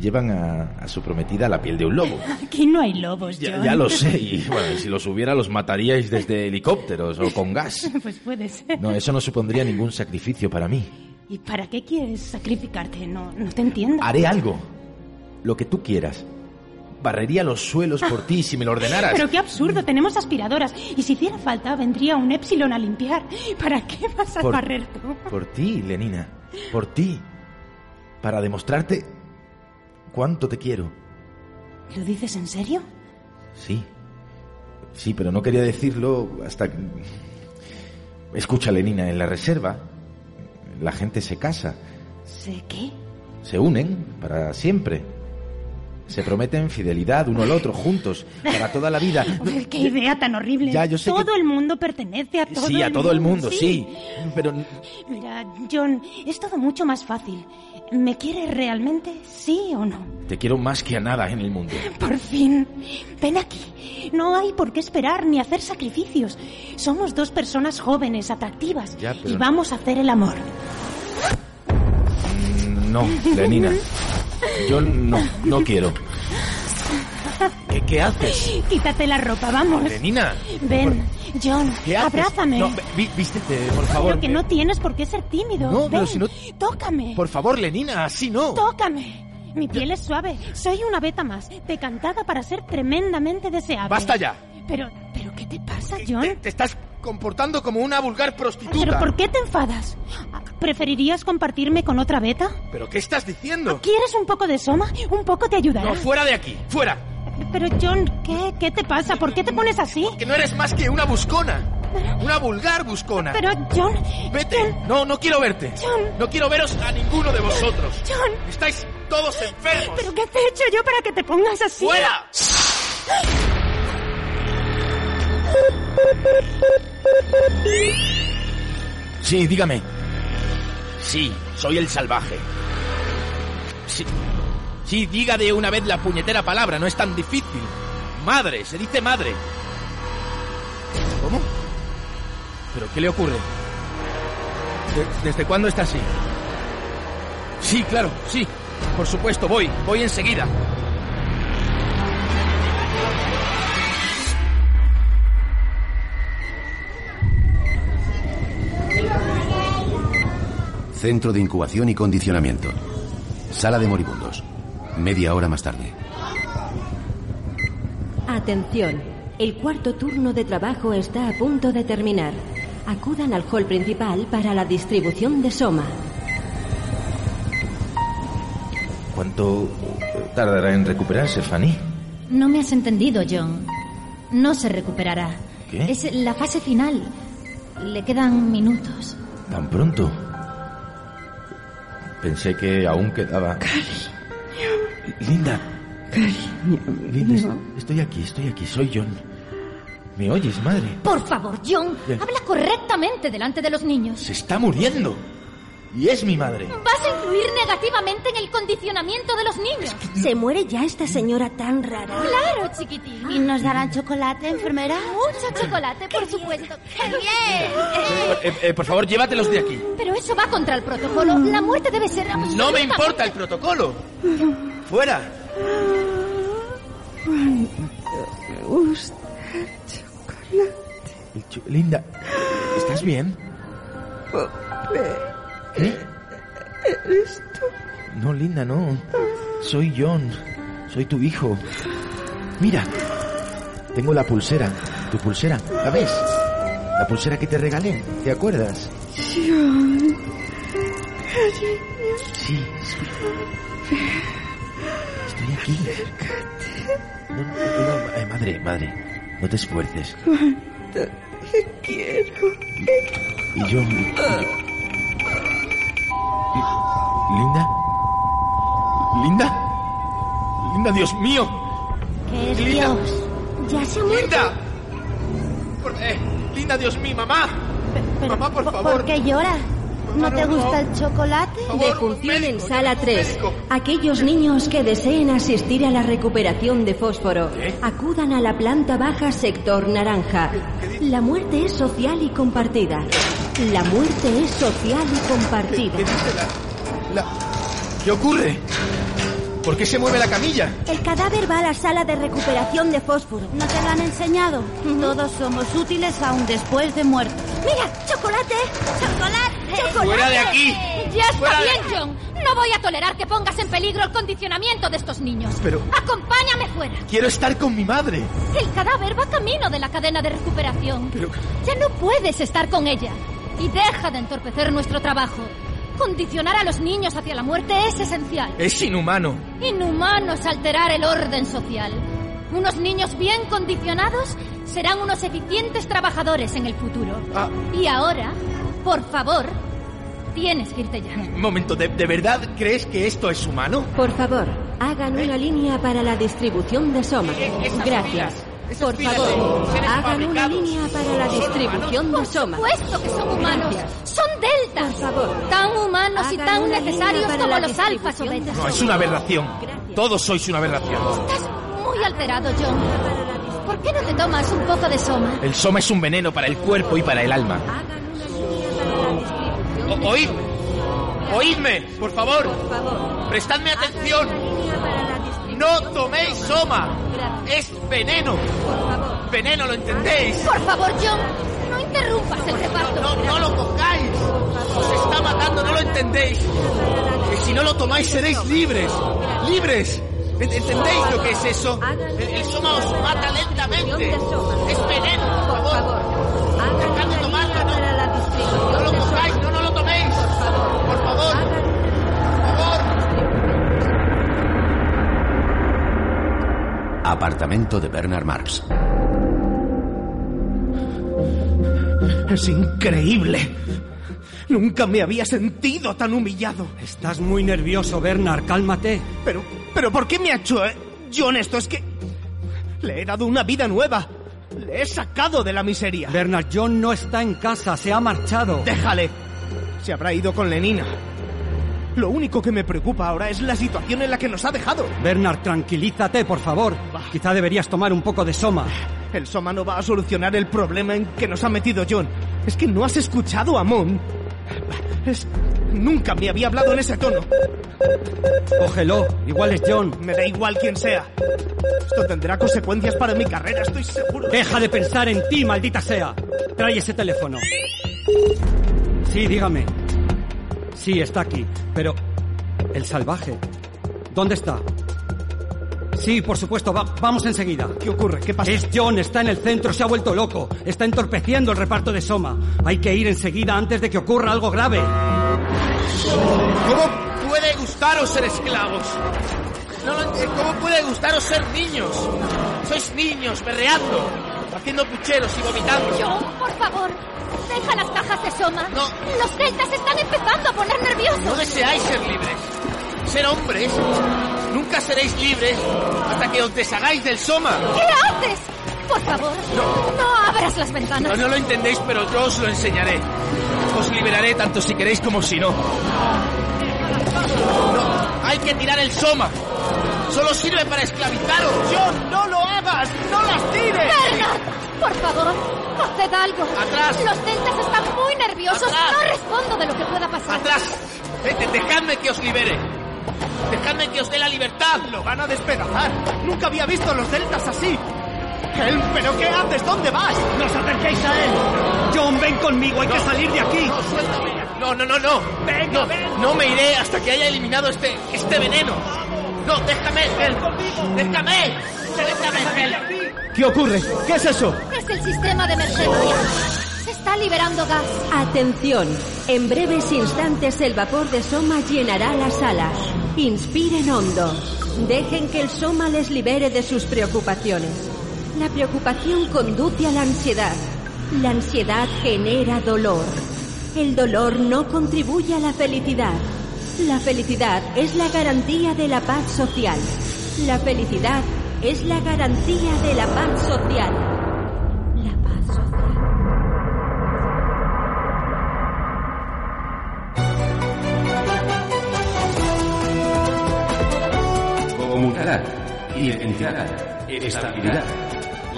S3: llevan a, a su prometida la piel de un lobo.
S12: Aquí no hay lobos, John.
S3: Ya, ya lo sé, y bueno, si los hubiera los mataríais desde helicópteros o con gas.
S12: Pues puede ser.
S3: No, eso no supondría ningún sacrificio para mí.
S12: ¿Y para qué quieres sacrificarte? No, no te entiendo.
S3: Haré algo, lo que tú quieras. Barrería los suelos por ti si me lo ordenaras.
S12: Pero qué absurdo, tenemos aspiradoras. Y si hiciera falta, vendría un Epsilon a limpiar. ¿Para qué vas a
S3: Por-
S12: barrer tú?
S3: Por ti, Lenina, por ti. Para demostrarte cuánto te quiero.
S12: ¿Lo dices en serio?
S3: Sí. Sí, pero no quería decirlo hasta que... Escucha, Lenina, en la reserva la gente se casa,
S12: ¿Sé qué?
S3: se unen para siempre. Se prometen fidelidad uno al otro, juntos, para toda la vida.
S12: Uy, ¡Qué idea tan horrible!
S3: Ya, yo sé
S12: todo el mundo pertenece a todo
S3: Sí, a todo el mundo, sí. Pero
S12: Mira, John, es todo mucho más fácil. ¿Me quieres realmente, sí o no?
S3: te quiero más que a nada en el mundo.
S12: Por fin, ven aquí. No hay por qué esperar ni hacer sacrificios. Somos dos personas jóvenes, atractivas,
S3: Ya, pero
S12: y
S3: no.
S12: vamos a hacer el amor.
S3: No, Lenina. Yo no, no quiero. ¿Qué, qué haces?
S12: Quítate la ropa, vamos.
S3: Lenina.
S12: Ven, John,
S3: ¿Qué haces?
S12: abrázame.
S3: No, ví- vístete, por favor.
S12: Pero que no tienes por qué ser tímido.
S3: No,
S12: Ven,
S3: pero si no-
S12: Tócame.
S3: Por favor, Lenina, así no.
S12: Tócame. Mi piel es suave. Soy una beta más, decantada para ser tremendamente deseable.
S23: ¡Basta ya!
S12: Pero, pero ¿qué te pasa, John?
S23: Te estás comportando como una vulgar prostituta.
S12: ¿Pero por qué te enfadas? ¿Preferirías compartirme con otra beta?
S23: ¿Pero qué estás diciendo?
S12: ¿Quieres un poco de soma? Un poco te ayudará.
S23: No, fuera de aquí, fuera.
S12: Pero John, ¿qué, ¿qué te pasa? ¿Por qué te pones así?
S23: Que no eres más que una buscona. Una vulgar buscona.
S12: Pero John,
S23: Vete. No, no quiero verte.
S12: John.
S23: No quiero veros a ninguno de vosotros.
S12: John.
S23: Estáis todos enfermos.
S12: ¿pero qué te he hecho yo para que te pongas así?
S23: ¡Fuera!
S3: Sí, dígame.
S5: Sí, soy el salvaje. Sí. Sí, diga de una vez la puñetera palabra, no es tan difícil. Madre, se dice madre.
S23: ¿Cómo?
S5: ¿Pero qué le ocurre? ¿De- ¿Desde cuándo está así? Sí, claro, sí. Por supuesto, voy, voy enseguida.
S1: Centro de Incubación y Condicionamiento. Sala de moribundos. Media hora más tarde.
S6: Atención, el cuarto turno de trabajo está a punto de terminar. Acudan al hall principal para la distribución de Soma.
S3: ¿Cuánto tardará en recuperarse, Fanny?
S17: No me has entendido, John. No se recuperará.
S3: ¿Qué?
S17: Es la fase final. Le quedan minutos.
S3: ¿Tan pronto? Pensé que aún quedaba. Linda. Linda, est- estoy aquí, estoy aquí, soy John. ¿Me oyes, madre?
S17: Por favor, John,
S3: Ya.
S17: habla correctamente delante de los niños.
S3: Se está muriendo. Y es mi madre.
S17: Vas a influir negativamente en el condicionamiento de los niños.
S16: ¿Se muere ya esta señora tan rara?
S17: Claro, chiquitín.
S16: ¿Y nos darán chocolate, enfermera?
S17: Mucho chocolate, por supuesto. ¡Qué bien!
S5: Eh, eh, por favor, llévatelos de aquí.
S17: Pero eso va contra el protocolo.
S16: Mm.
S17: La muerte debe ser absoluta.
S5: No me importa el protocolo. Fuera.
S3: El cho- Linda, ¿estás bien? ¿Qué?
S5: ¿Eres tú?
S3: No, Linda, no. Soy John. Soy tu hijo. Mira. Tengo la pulsera. Tu pulsera. ¿La ves? La pulsera que te regalé. ¿Te acuerdas?
S5: John.
S3: Sí, sí. Estoy aquí. No, no, no, eh, madre, madre. No te esfuerces.
S5: Cuánto te quiero.
S3: Y yo... y yo- Linda.
S5: Linda. Linda, Dios mío.
S16: ¿Qué es
S5: Linda.
S16: Dios? Ya se ha muerto.
S23: Linda. Por- eh, Linda, Dios mío, mamá. mamá, por favor.
S16: ¿Por qué llora? ¿No te gusta el chocolate?
S6: Defunción en sala 3. Aquellos niños que deseen asistir a la recuperación de fósforo acudan a la planta baja sector naranja. La muerte es social y compartida. La muerte es social y compartida.
S23: ¿Qué ocurre? ¿Por qué se mueve la camilla?
S16: El cadáver va a la sala de recuperación de fósforo. ¿No te lo han enseñado? Todos somos útiles aún después de muertos. ¡Mira! ¡Chocolate! ¡Chocolate!
S17: ¡Chocolate!
S5: ¡Fuera de aquí!
S17: Ya está
S5: ¡Fuera de
S17: bien,
S5: aquí!
S17: John. No voy a tolerar que pongas en peligro el condicionamiento de estos niños.
S23: Pero-
S17: Acompáñame fuera.
S23: Quiero estar con mi madre.
S17: El cadáver va camino de la cadena de recuperación.
S23: Pero-
S17: Ya no puedes estar con ella. Y deja de entorpecer nuestro trabajo. Condicionar a los niños hacia la muerte es esencial.
S23: Es inhumano.
S17: Inhumano es alterar el orden social. Unos niños bien condicionados serán unos eficientes trabajadores en el futuro.
S6: Ah.
S17: Y ahora, por favor, tienes que irte ya.
S23: Un momento, ¿de, de verdad crees que esto es humano?
S6: Por favor, Hagan una línea para la distribución de Soma.
S7: esas
S6: Gracias.
S7: filas,
S6: Por
S7: filas
S6: favor,
S7: de seres
S6: hagan una
S7: fabricados
S6: línea para la
S7: son
S6: distribución de
S17: Por
S6: Soma.
S17: supuesto que son humanos. Son deltas. Tan humanos y
S6: Hagan
S17: tan
S6: una línea
S17: necesarios
S6: para
S17: como
S6: la
S17: los alfas o betas.
S5: No, es una aberración. Todos sois una aberración.
S17: Estás muy alterado, John. ¿Por qué no te tomas un poco de soma?
S5: El soma es un veneno para el cuerpo y para el alma. O- oíd, oídme, por favor. Prestadme atención. No toméis soma. Es veneno. Veneno, ¿lo entendéis?
S17: Por favor, John, no interrumpas el reparto.
S5: No, no lo cojáis. Os está matando, no lo entendéis. Que si no lo tomáis seréis libres. Libres. ¿Ent- ¿Entendéis lo que es eso? El, el soma os mata lentamente. Es veneno, por favor. Dejad de tomarlo, no. No lo cojáis, no, no lo toméis. Por favor. Por favor.
S1: Apartamento de Bernard Marx.
S13: Es increíble. Nunca me había sentido tan humillado.
S24: Estás muy nervioso, Bernard. Cálmate.
S13: Pero, pero ¿por qué me ha hecho eh, John esto? Es que le he dado una vida nueva. Le he sacado de la miseria.
S24: Bernard, John no está en casa. Se ha marchado.
S13: Déjale. Se habrá ido con Lenina. Lo único que me preocupa ahora es la situación en la que nos ha dejado.
S24: Bernard, tranquilízate, por favor. Quizá deberías tomar un poco de soma.
S13: El Soma no va a solucionar el problema en que nos ha metido John. Es que no has escuchado a Mon. Es- Nunca me había hablado en ese tono.
S24: Cógelo. Igual es John.
S13: Me da igual quién sea. Esto tendrá consecuencias para mi carrera, estoy seguro.
S24: Deja de pensar en ti, maldita sea. Trae ese teléfono. Sí, dígame. Sí, está aquí. Pero... El salvaje. ¿Dónde está? Sí, por supuesto, va- vamos enseguida.
S13: ¿Qué ocurre? ¿Qué pasa?
S24: Es John, está en el centro, se ha vuelto loco. Está entorpeciendo el reparto de Soma. Hay que ir enseguida antes de que ocurra algo grave.
S5: ¿Cómo puede gustaros ser esclavos? No lo ent- ¿Cómo puede gustaros ser niños? Sois niños, berreando, haciendo pucheros y vomitando.
S17: John, por favor, deja las cajas de soma. Los deltas están empezando a poner nerviosos.
S5: No deseáis ser libres. Ser hombres. Nunca seréis libres hasta que os deshagáis del soma.
S17: ¿Qué haces? Por favor, no, abras las
S5: No,
S17: ventanas.
S5: no lo entendéis, pero yo os lo enseñaré. Os liberaré tanto si queréis como si no. No, hay que tirar el soma. Solo sirve para esclavizaros.
S13: John, no lo hagas. No las tires.
S17: Bernard, por favor, haced algo. Atrás. Los deltas están muy nerviosos. No respondo de lo que pueda pasar.
S5: Atrás. Vete, dejadme que os libere. Dejadme que os dé la libertad.
S13: Lo van a despedazar. Nunca había visto a los deltas así. Helm, ¿pero qué haces? ¿Dónde vas?
S24: ¡No os acerquéis a él! John, ven conmigo, hay que salir de aquí.
S5: No, suéltame. No, no, no, no. no, no me iré hasta que haya eliminado este, este veneno. No, déjame, Hel. Déjame. Déjame, Hel.
S13: ¿Qué ocurre? ¿Qué es eso?
S17: Es el sistema de emergencia. Se está liberando gas.
S6: Atención, en breves instantes el vapor de Soma llenará la sala. Inspiren hondo. Dejen que el Soma les libere de sus preocupaciones. La preocupación conduce a la ansiedad. La ansiedad genera dolor. El dolor no contribuye a la felicidad. La felicidad es la garantía de la paz social. La felicidad es la garantía de la paz social.
S1: Comunidad, identidad, e-, estabilidad.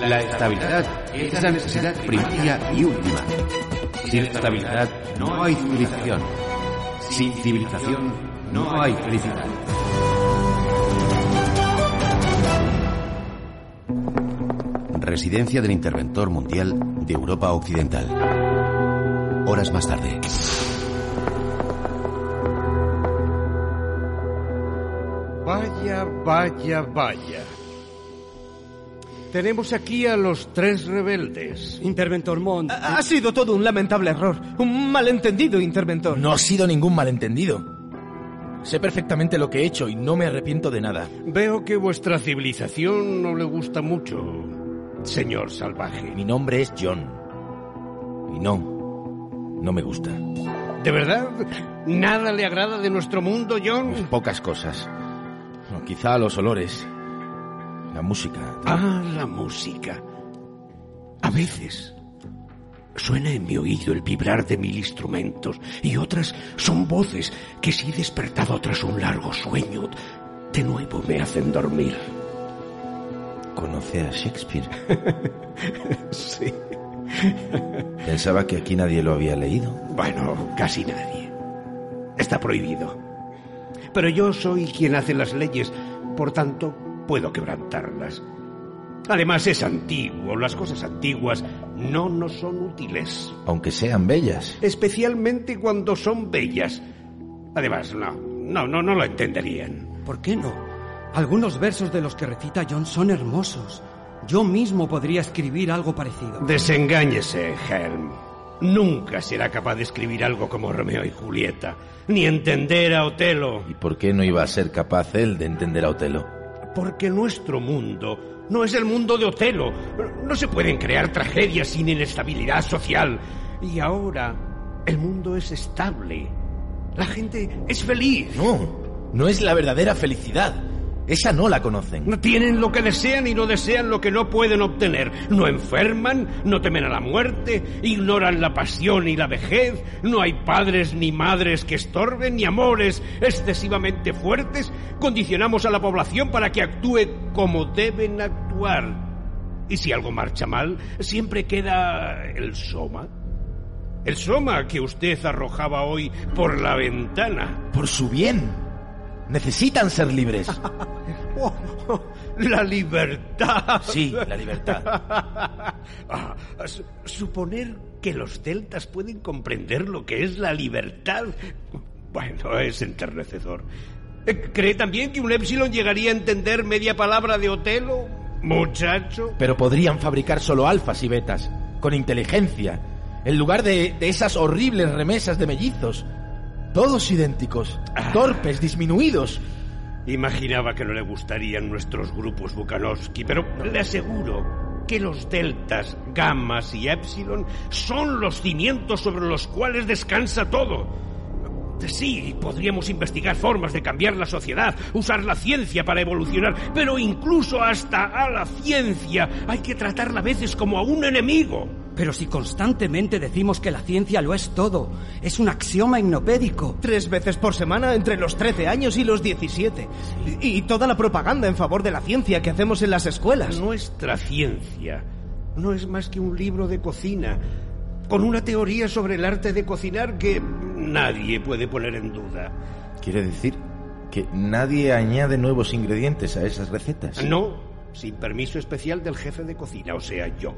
S1: La estabilidad es la necesidad primaria y última. Sin estabilidad no hay civilización. Sin civilización no hay felicidad.
S25: Residencia del Interventor Mundial de Europa Occidental. Horas más tarde.
S4: Vaya, vaya, vaya. Tenemos aquí a los tres rebeldes.
S24: Interventor Mond.
S13: Ha sido todo un lamentable error. Un malentendido, interventor.
S5: No ha sido ningún malentendido. Sé perfectamente lo que he hecho y no me arrepiento de nada.
S4: Veo que vuestra civilización no le gusta mucho, señor salvaje.
S5: Mi nombre es John. Y no, no me gusta.
S4: ¿De verdad? ¿Nada le agrada de nuestro mundo, John?
S5: Pocas cosas.
S3: O quizá los olores. La música.
S4: Ah, la música. A veces suena en mi oído el vibrar de mil instrumentos y otras son voces que si he despertado tras un largo sueño, de nuevo me hacen dormir.
S3: Conoce a Shakespeare.
S4: Sí.
S3: Pensaba que aquí nadie lo había leído.
S4: Bueno, casi nadie. Está prohibido. Pero yo soy quien hace las leyes, por tanto, puedo quebrantarlas. Además, es antiguo, las cosas antiguas no nos son útiles,
S3: Aunque sean bellas.
S4: especialmente cuando son bellas. Además, no, no, no, no lo entenderían.
S24: ¿Por qué no? Algunos versos de los que recita John son hermosos. Yo mismo podría escribir algo parecido.
S4: Desengáñese, Helm. Nunca será capaz de escribir algo como Romeo y Julieta, ni entender a Otelo,
S3: ¿Y por qué no iba a ser capaz él de entender a Otelo?
S4: porque nuestro mundo no es el mundo de Otelo. No se pueden crear tragedias sin inestabilidad social. Y ahora el mundo es estable. La gente es feliz.
S3: No, no es la verdadera felicidad. Esa no la conocen.
S4: No tienen lo que desean y no desean lo que no pueden obtener. No enferman, no temen a la muerte, ignoran la pasión y la vejez, no hay padres ni madres que estorben, ni amores excesivamente fuertes. Condicionamos a la población para que actúe como deben actuar. Y si algo marcha mal, siempre queda el soma. El soma que usted arrojaba hoy por la ventana.
S3: Por su bien. Necesitan ser libres.
S4: La libertad.
S3: Sí, la libertad.
S4: Ah, su- suponer que los deltas pueden comprender lo que es la libertad, bueno, es enternecedor. Eh, ¿Cree también que un Epsilon llegaría a entender media palabra de Otelo? Muchacho.
S3: Pero podrían fabricar solo alfas y betas, con inteligencia, en lugar de, de esas horribles remesas de mellizos. Todos idénticos, torpes, disminuidos.
S4: Imaginaba que no le gustarían nuestros grupos Bukanovsky, pero le aseguro que los deltas, gammas y epsilon son los cimientos sobre los cuales descansa todo. Sí, podríamos investigar formas de cambiar la sociedad, usar la ciencia para evolucionar, pero incluso hasta a la ciencia hay que tratarla a veces como a un enemigo.
S24: Pero si constantemente decimos que la ciencia lo es todo, es un axioma hipnopédico.
S13: Tres veces por semana entre los 13 años y los 17. Y y toda la propaganda en favor de la ciencia que hacemos en las escuelas.
S4: Nuestra ciencia no es más que un libro de cocina, con una teoría sobre el arte de cocinar que nadie puede poner en duda.
S3: Quiere decir que nadie añade nuevos ingredientes a esas recetas.
S4: No, sin permiso especial del jefe de cocina, o sea, yo.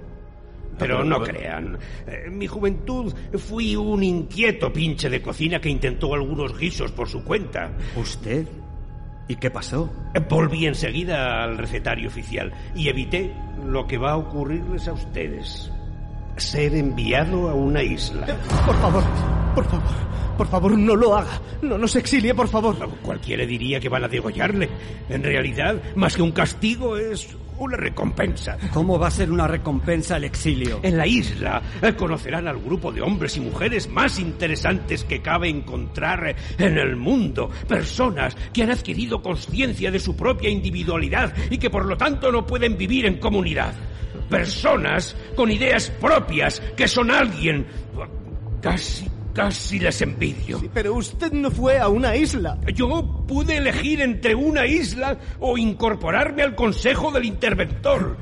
S4: Pero no crean, eh, en mi juventud fui un inquieto pinche de cocina que intentó algunos guisos por su cuenta.
S24: ¿Usted? ¿Y qué pasó?
S4: Volví enseguida al recetario oficial y evité lo que va a ocurrirles a ustedes. Ser enviado a una isla.
S13: Por favor, por favor, por favor, no lo haga. No nos exilie, por favor.
S4: Cualquiera diría que van a degollarle. En realidad, más que un castigo, es una recompensa.
S24: ¿Cómo va a ser una recompensa el exilio?
S4: En la isla eh, conocerán al grupo de hombres y mujeres más interesantes que cabe encontrar eh, en el mundo. Personas que han adquirido conciencia de su propia individualidad y que por lo tanto no pueden vivir en comunidad. Personas con ideas propias que son alguien. Casi, casi les envidio.
S13: Pero usted no fue a una isla.
S4: Yo pude elegir entre una isla o incorporarme al consejo del interventor.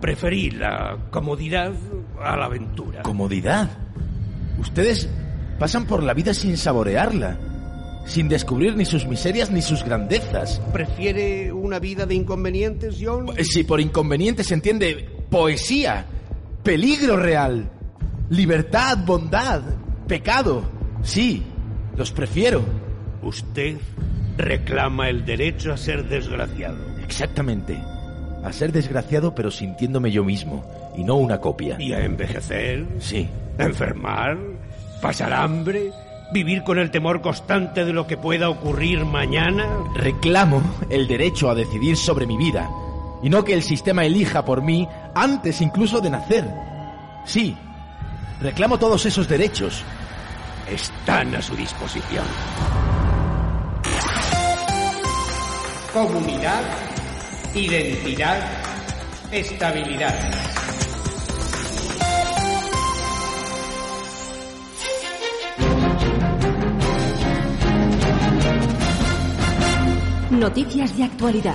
S4: Preferí la comodidad a la aventura.
S3: Comodidad. Ustedes pasan por la vida sin saborearla, sin descubrir ni sus miserias ni sus grandezas. Eh,
S4: ¿Prefiere una vida de inconvenientes, John?
S3: Si por inconveniente se entiende poesía, peligro real, libertad, bondad, pecado. Sí, los prefiero.
S4: Usted reclama el derecho a ser desgraciado.
S3: Exactamente. A ser desgraciado pero sintiéndome yo mismo y no una copia.
S4: Y a envejecer,
S3: Sí.
S4: a enfermar, pasar hambre, vivir con el temor constante de lo que pueda ocurrir mañana.
S3: Reclamo el derecho a decidir sobre mi vida y no que el sistema elija por mí antes incluso de nacer. Sí, reclamo todos esos derechos.
S4: Están a su disposición.
S2: comunidad, identidad, estabilidad.
S6: Noticias de actualidad.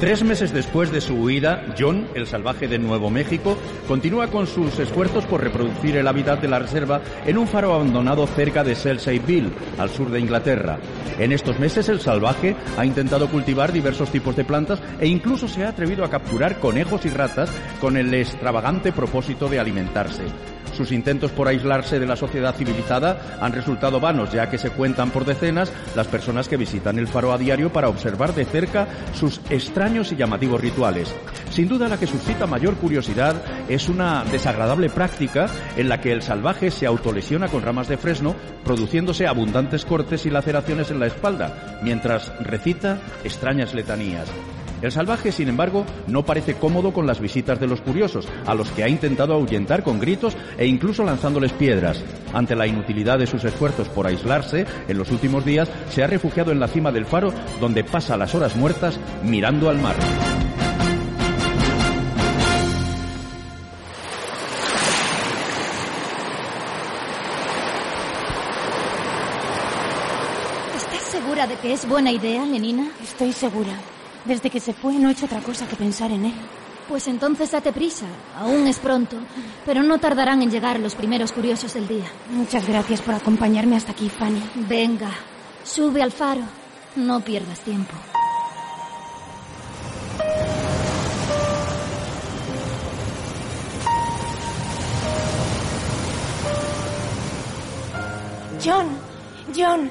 S7: Tres meses después de su huida, John, el salvaje de Nuevo México, continúa con sus esfuerzos por reproducir el hábitat de la reserva en un faro abandonado cerca de Selseyville, al sur de Inglaterra. En estos meses, el salvaje ha intentado cultivar diversos tipos de plantas e incluso se ha atrevido a capturar conejos y ratas con el extravagante propósito de alimentarse. Sus intentos por aislarse de la sociedad civilizada han resultado vanos, ya que se cuentan por decenas las personas que visitan el faro a diario para observar de cerca sus extraños y llamativos rituales. Sin duda la que suscita mayor curiosidad es una desagradable práctica en la que el salvaje se autolesiona con ramas de fresno, produciéndose abundantes cortes y laceraciones en la espalda, mientras recita extrañas letanías. El salvaje, sin embargo, no parece cómodo con las visitas de los curiosos, a los que ha intentado ahuyentar con gritos e incluso lanzándoles piedras. Ante la inutilidad de sus esfuerzos por aislarse, en los últimos días se ha refugiado en la cima del faro, donde pasa las horas muertas mirando al mar.
S17: ¿Estás segura de que es buena idea, Lenina?
S12: Estoy segura. Desde que se fue no he hecho otra cosa que pensar en él.
S17: Pues entonces date prisa. Aún es pronto, pero no tardarán en llegar los primeros curiosos del día.
S12: Muchas gracias por acompañarme hasta aquí, Fanny.
S17: Venga, sube al faro. No pierdas tiempo.
S12: John, John,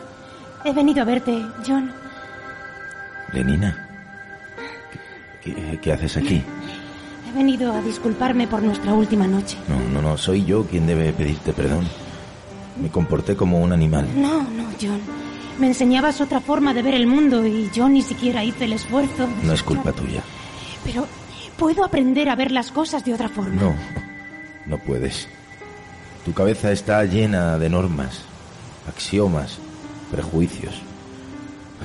S12: he venido a verte, John.
S3: Lenina. ¿Qué, ¿Qué, haces aquí?
S12: He venido a disculparme por nuestra última noche.
S3: No, no, no, soy yo quien debe pedirte perdón. Me comporté como un animal.
S12: No, no, John. Me enseñabas otra forma de ver el mundo y yo ni siquiera hice el esfuerzo.
S3: No es culpa tuya.
S12: Pero puedo aprender a ver las cosas de otra forma.
S3: No, no puedes. Tu cabeza está llena de normas, axiomas, prejuicios.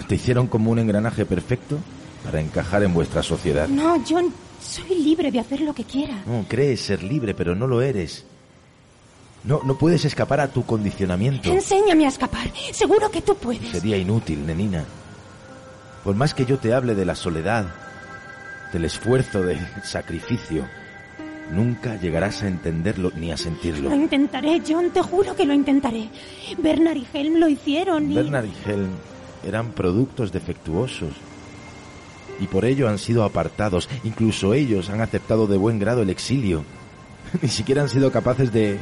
S3: Te hicieron como un engranaje perfecto para encajar en vuestra sociedad.
S12: No, John, soy libre de hacer lo que quiera.
S3: No, crees ser libre, pero no lo eres. No, no puedes escapar a tu condicionamiento.
S12: Enséñame a escapar. Seguro que tú puedes.
S3: Sería inútil, nenina. Por más que yo te hable de la soledad, del esfuerzo, del sacrificio, nunca llegarás a entenderlo ni a sentirlo.
S12: Lo intentaré, John, te juro que lo intentaré. Bernard y Helm lo hicieron. Y...
S3: Bernard y Helm eran productos defectuosos y por ello han sido apartados. Incluso ellos han aceptado de buen grado el exilio. Ni siquiera han sido capaces de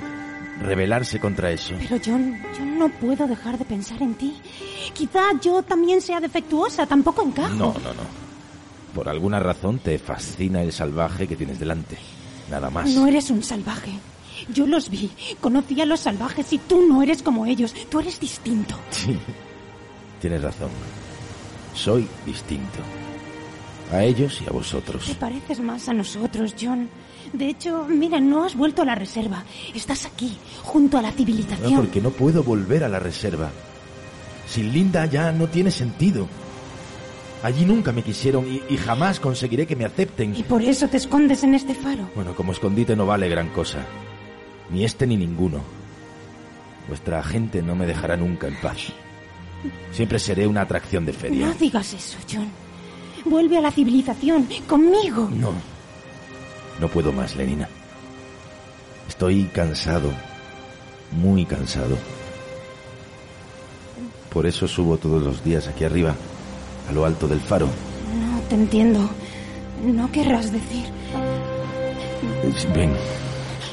S3: rebelarse contra eso.
S12: Pero John, yo no puedo dejar de pensar en ti. Quizá yo también sea defectuosa, tampoco encajo.
S3: No, no, no. Por alguna razón te fascina el salvaje que tienes delante. Nada más.
S12: No eres un salvaje. Yo los vi, conocí a los salvajes y tú no eres como ellos. Tú eres distinto.
S3: Sí, tienes razón. Soy distinto a ellos y a vosotros.
S12: Te pareces más a nosotros, John. De hecho, mira, no has vuelto a la reserva. Estás aquí, junto a la civilización.
S3: No, porque no puedo volver a la reserva. Sin Linda ya no tiene sentido. Allí nunca me quisieron y, y jamás conseguiré que me acepten.
S12: Y por eso te escondes en este faro.
S3: Bueno, como escondite no vale gran cosa. Ni este ni ninguno. Vuestra gente no me dejará nunca en paz. Siempre seré una atracción de feria.
S12: No digas eso, John. Vuelve a la civilización, conmigo.
S3: No. No puedo más, Lenina. Estoy cansado. Muy cansado. Por eso subo todos los días aquí arriba, a lo alto del faro.
S12: No te entiendo. No querrás decir.
S3: Ven,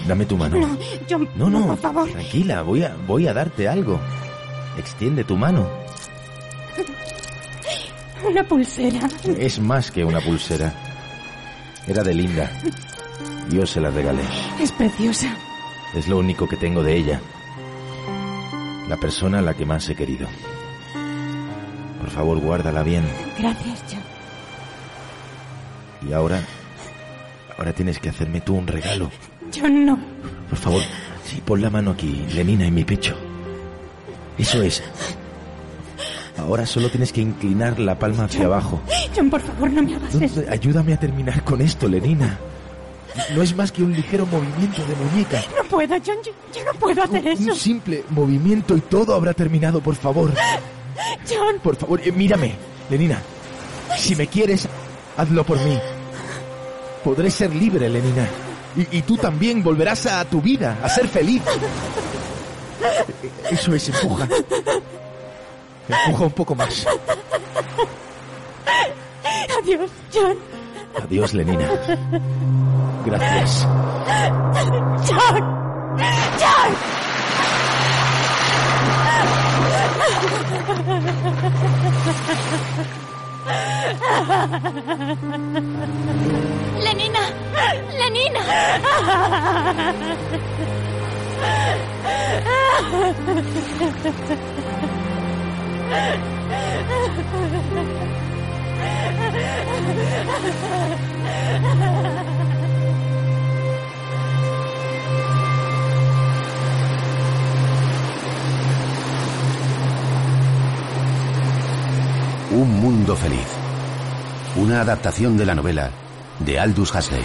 S3: dame tu mano.
S12: No, yo,
S3: Ah, no, no,
S12: por favor.
S3: Tranquila, voy a, voy a darte algo. Extiende tu mano.
S12: Una pulsera.
S3: Es más que una pulsera. Era de Linda. Yo se la regalé.
S12: Es preciosa.
S3: Es lo único que tengo de ella. La persona a la que más he querido. Por favor, guárdala bien.
S12: Gracias, John.
S3: Y ahora... Ahora tienes que hacerme tú un regalo.
S12: Yo no.
S3: Por favor, sí, pon la mano aquí, Lenina, en mi pecho. Eso es. Ahora solo tienes que inclinar la palma hacia abajo.
S12: John, por favor, no me hagas eso.
S3: Ayúdame a terminar con esto, Lenina. No es más que un ligero movimiento de muñeca.
S12: No puedo, John. Yo, yo no puedo hacer
S3: Un
S12: eso.
S3: simple movimiento y todo habrá terminado, por favor.
S12: John.
S3: Por favor, eh, mírame, Lenina. Si me quieres, hazlo por mí. Podré ser libre, Lenina. Y, y tú también volverás a tu vida, a ser feliz. E, Eso es, empuja. Empuja un poco más.
S12: Adiós, John.
S3: Adiós, Lenina. Gracias.
S12: John. John.
S17: Lenina, Lenina.
S25: Un mundo feliz. Una adaptación de la novela de Aldous Huxley.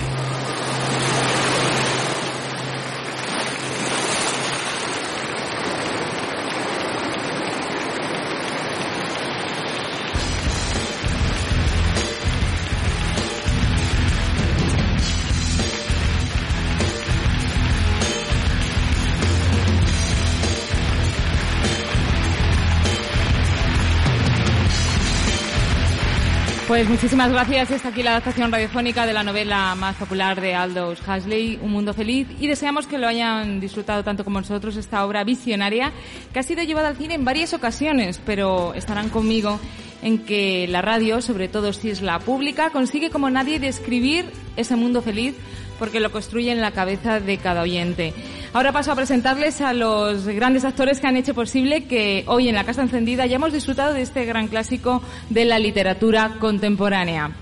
S26: Pues muchísimas gracias. Está aquí la adaptación radiofónica de la novela más popular de Aldous Huxley, Un Mundo Feliz. Y deseamos que lo hayan disfrutado tanto como nosotros esta obra visionaria que ha sido llevada al cine en varias ocasiones, pero estarán conmigo en que la radio, sobre todo si es la pública, consigue como nadie describir ese mundo feliz porque lo construye en la cabeza de cada oyente. Ahora paso a presentarles a los grandes actores que han hecho posible que hoy en la Casa Encendida ya hemos disfrutado de este gran clásico de la literatura contemporánea.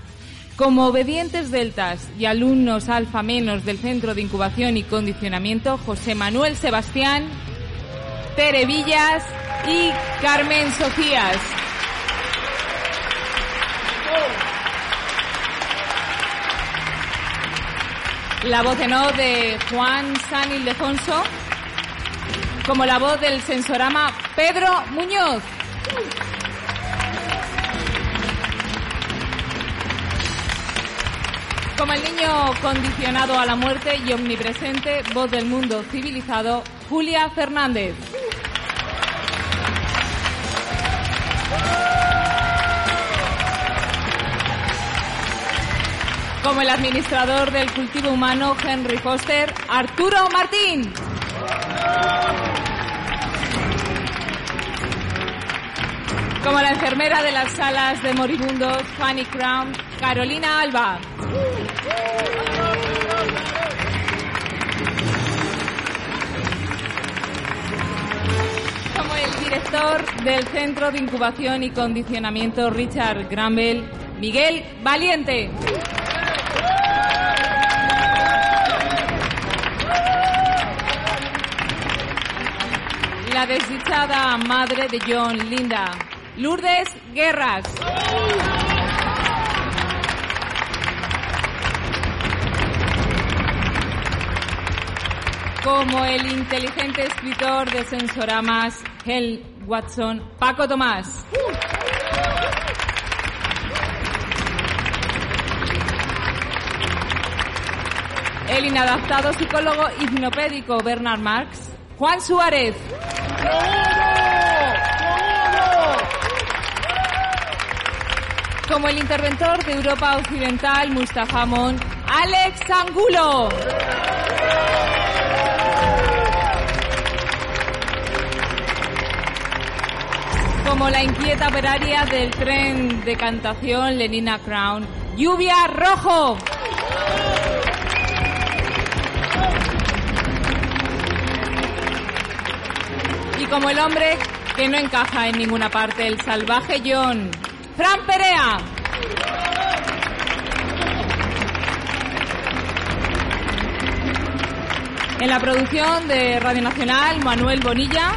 S26: Como obedientes deltas y alumnos alfa menos del Centro de Incubación y Condicionamiento, José Manuel Sebastián, Tere Villas y Carmen Sofías. La voz en off de Juan San Ildefonso, como la voz del sensorama Pedro Muñoz. Como el niño condicionado a la muerte y omnipresente, voz del mundo civilizado, Julia Fernández. Como el administrador del cultivo humano, Henry Foster, Arturo Martín. Como la enfermera de las salas de moribundos, Fanny Crown, Carolina Alba. Como el director del Centro de Incubación y Condicionamiento, Richard Granville, Miguel Valiente. La desdichada madre de John Linda, Lourdes Guerras. Como el inteligente escritor de Sensoramas, Hel Watson, Paco Tomás. El inadaptado psicólogo hipnopédico Bernard Marx, Juan Suárez. Como el interventor de Europa Occidental, Mustafa Mon, Alex Angulo. Como la inquieta operaria del tren de cantación, Lenina Crown, Lluvia Rojo. Y como el hombre que no encaja en ninguna parte, el salvaje John. Fran Perea. En la producción de Radio Nacional, Manuel Bonilla.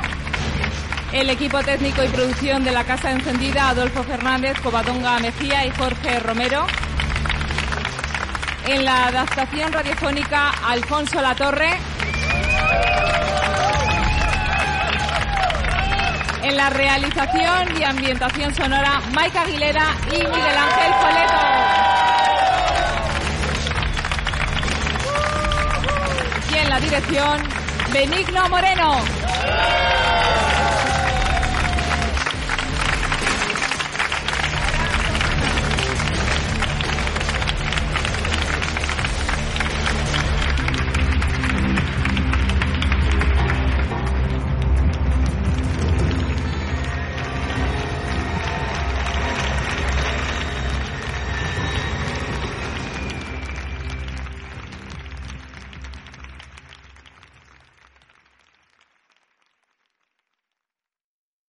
S26: el equipo técnico y producción de la Casa Encendida, Adolfo Fernández, Covadonga Mejía y Jorge Romero. En la adaptación radiofónica, Alfonso Latorre. En la realización y ambientación sonora, Mike Aguilera y Miguel Ángel Coleto. Y en la dirección, Benigno Moreno.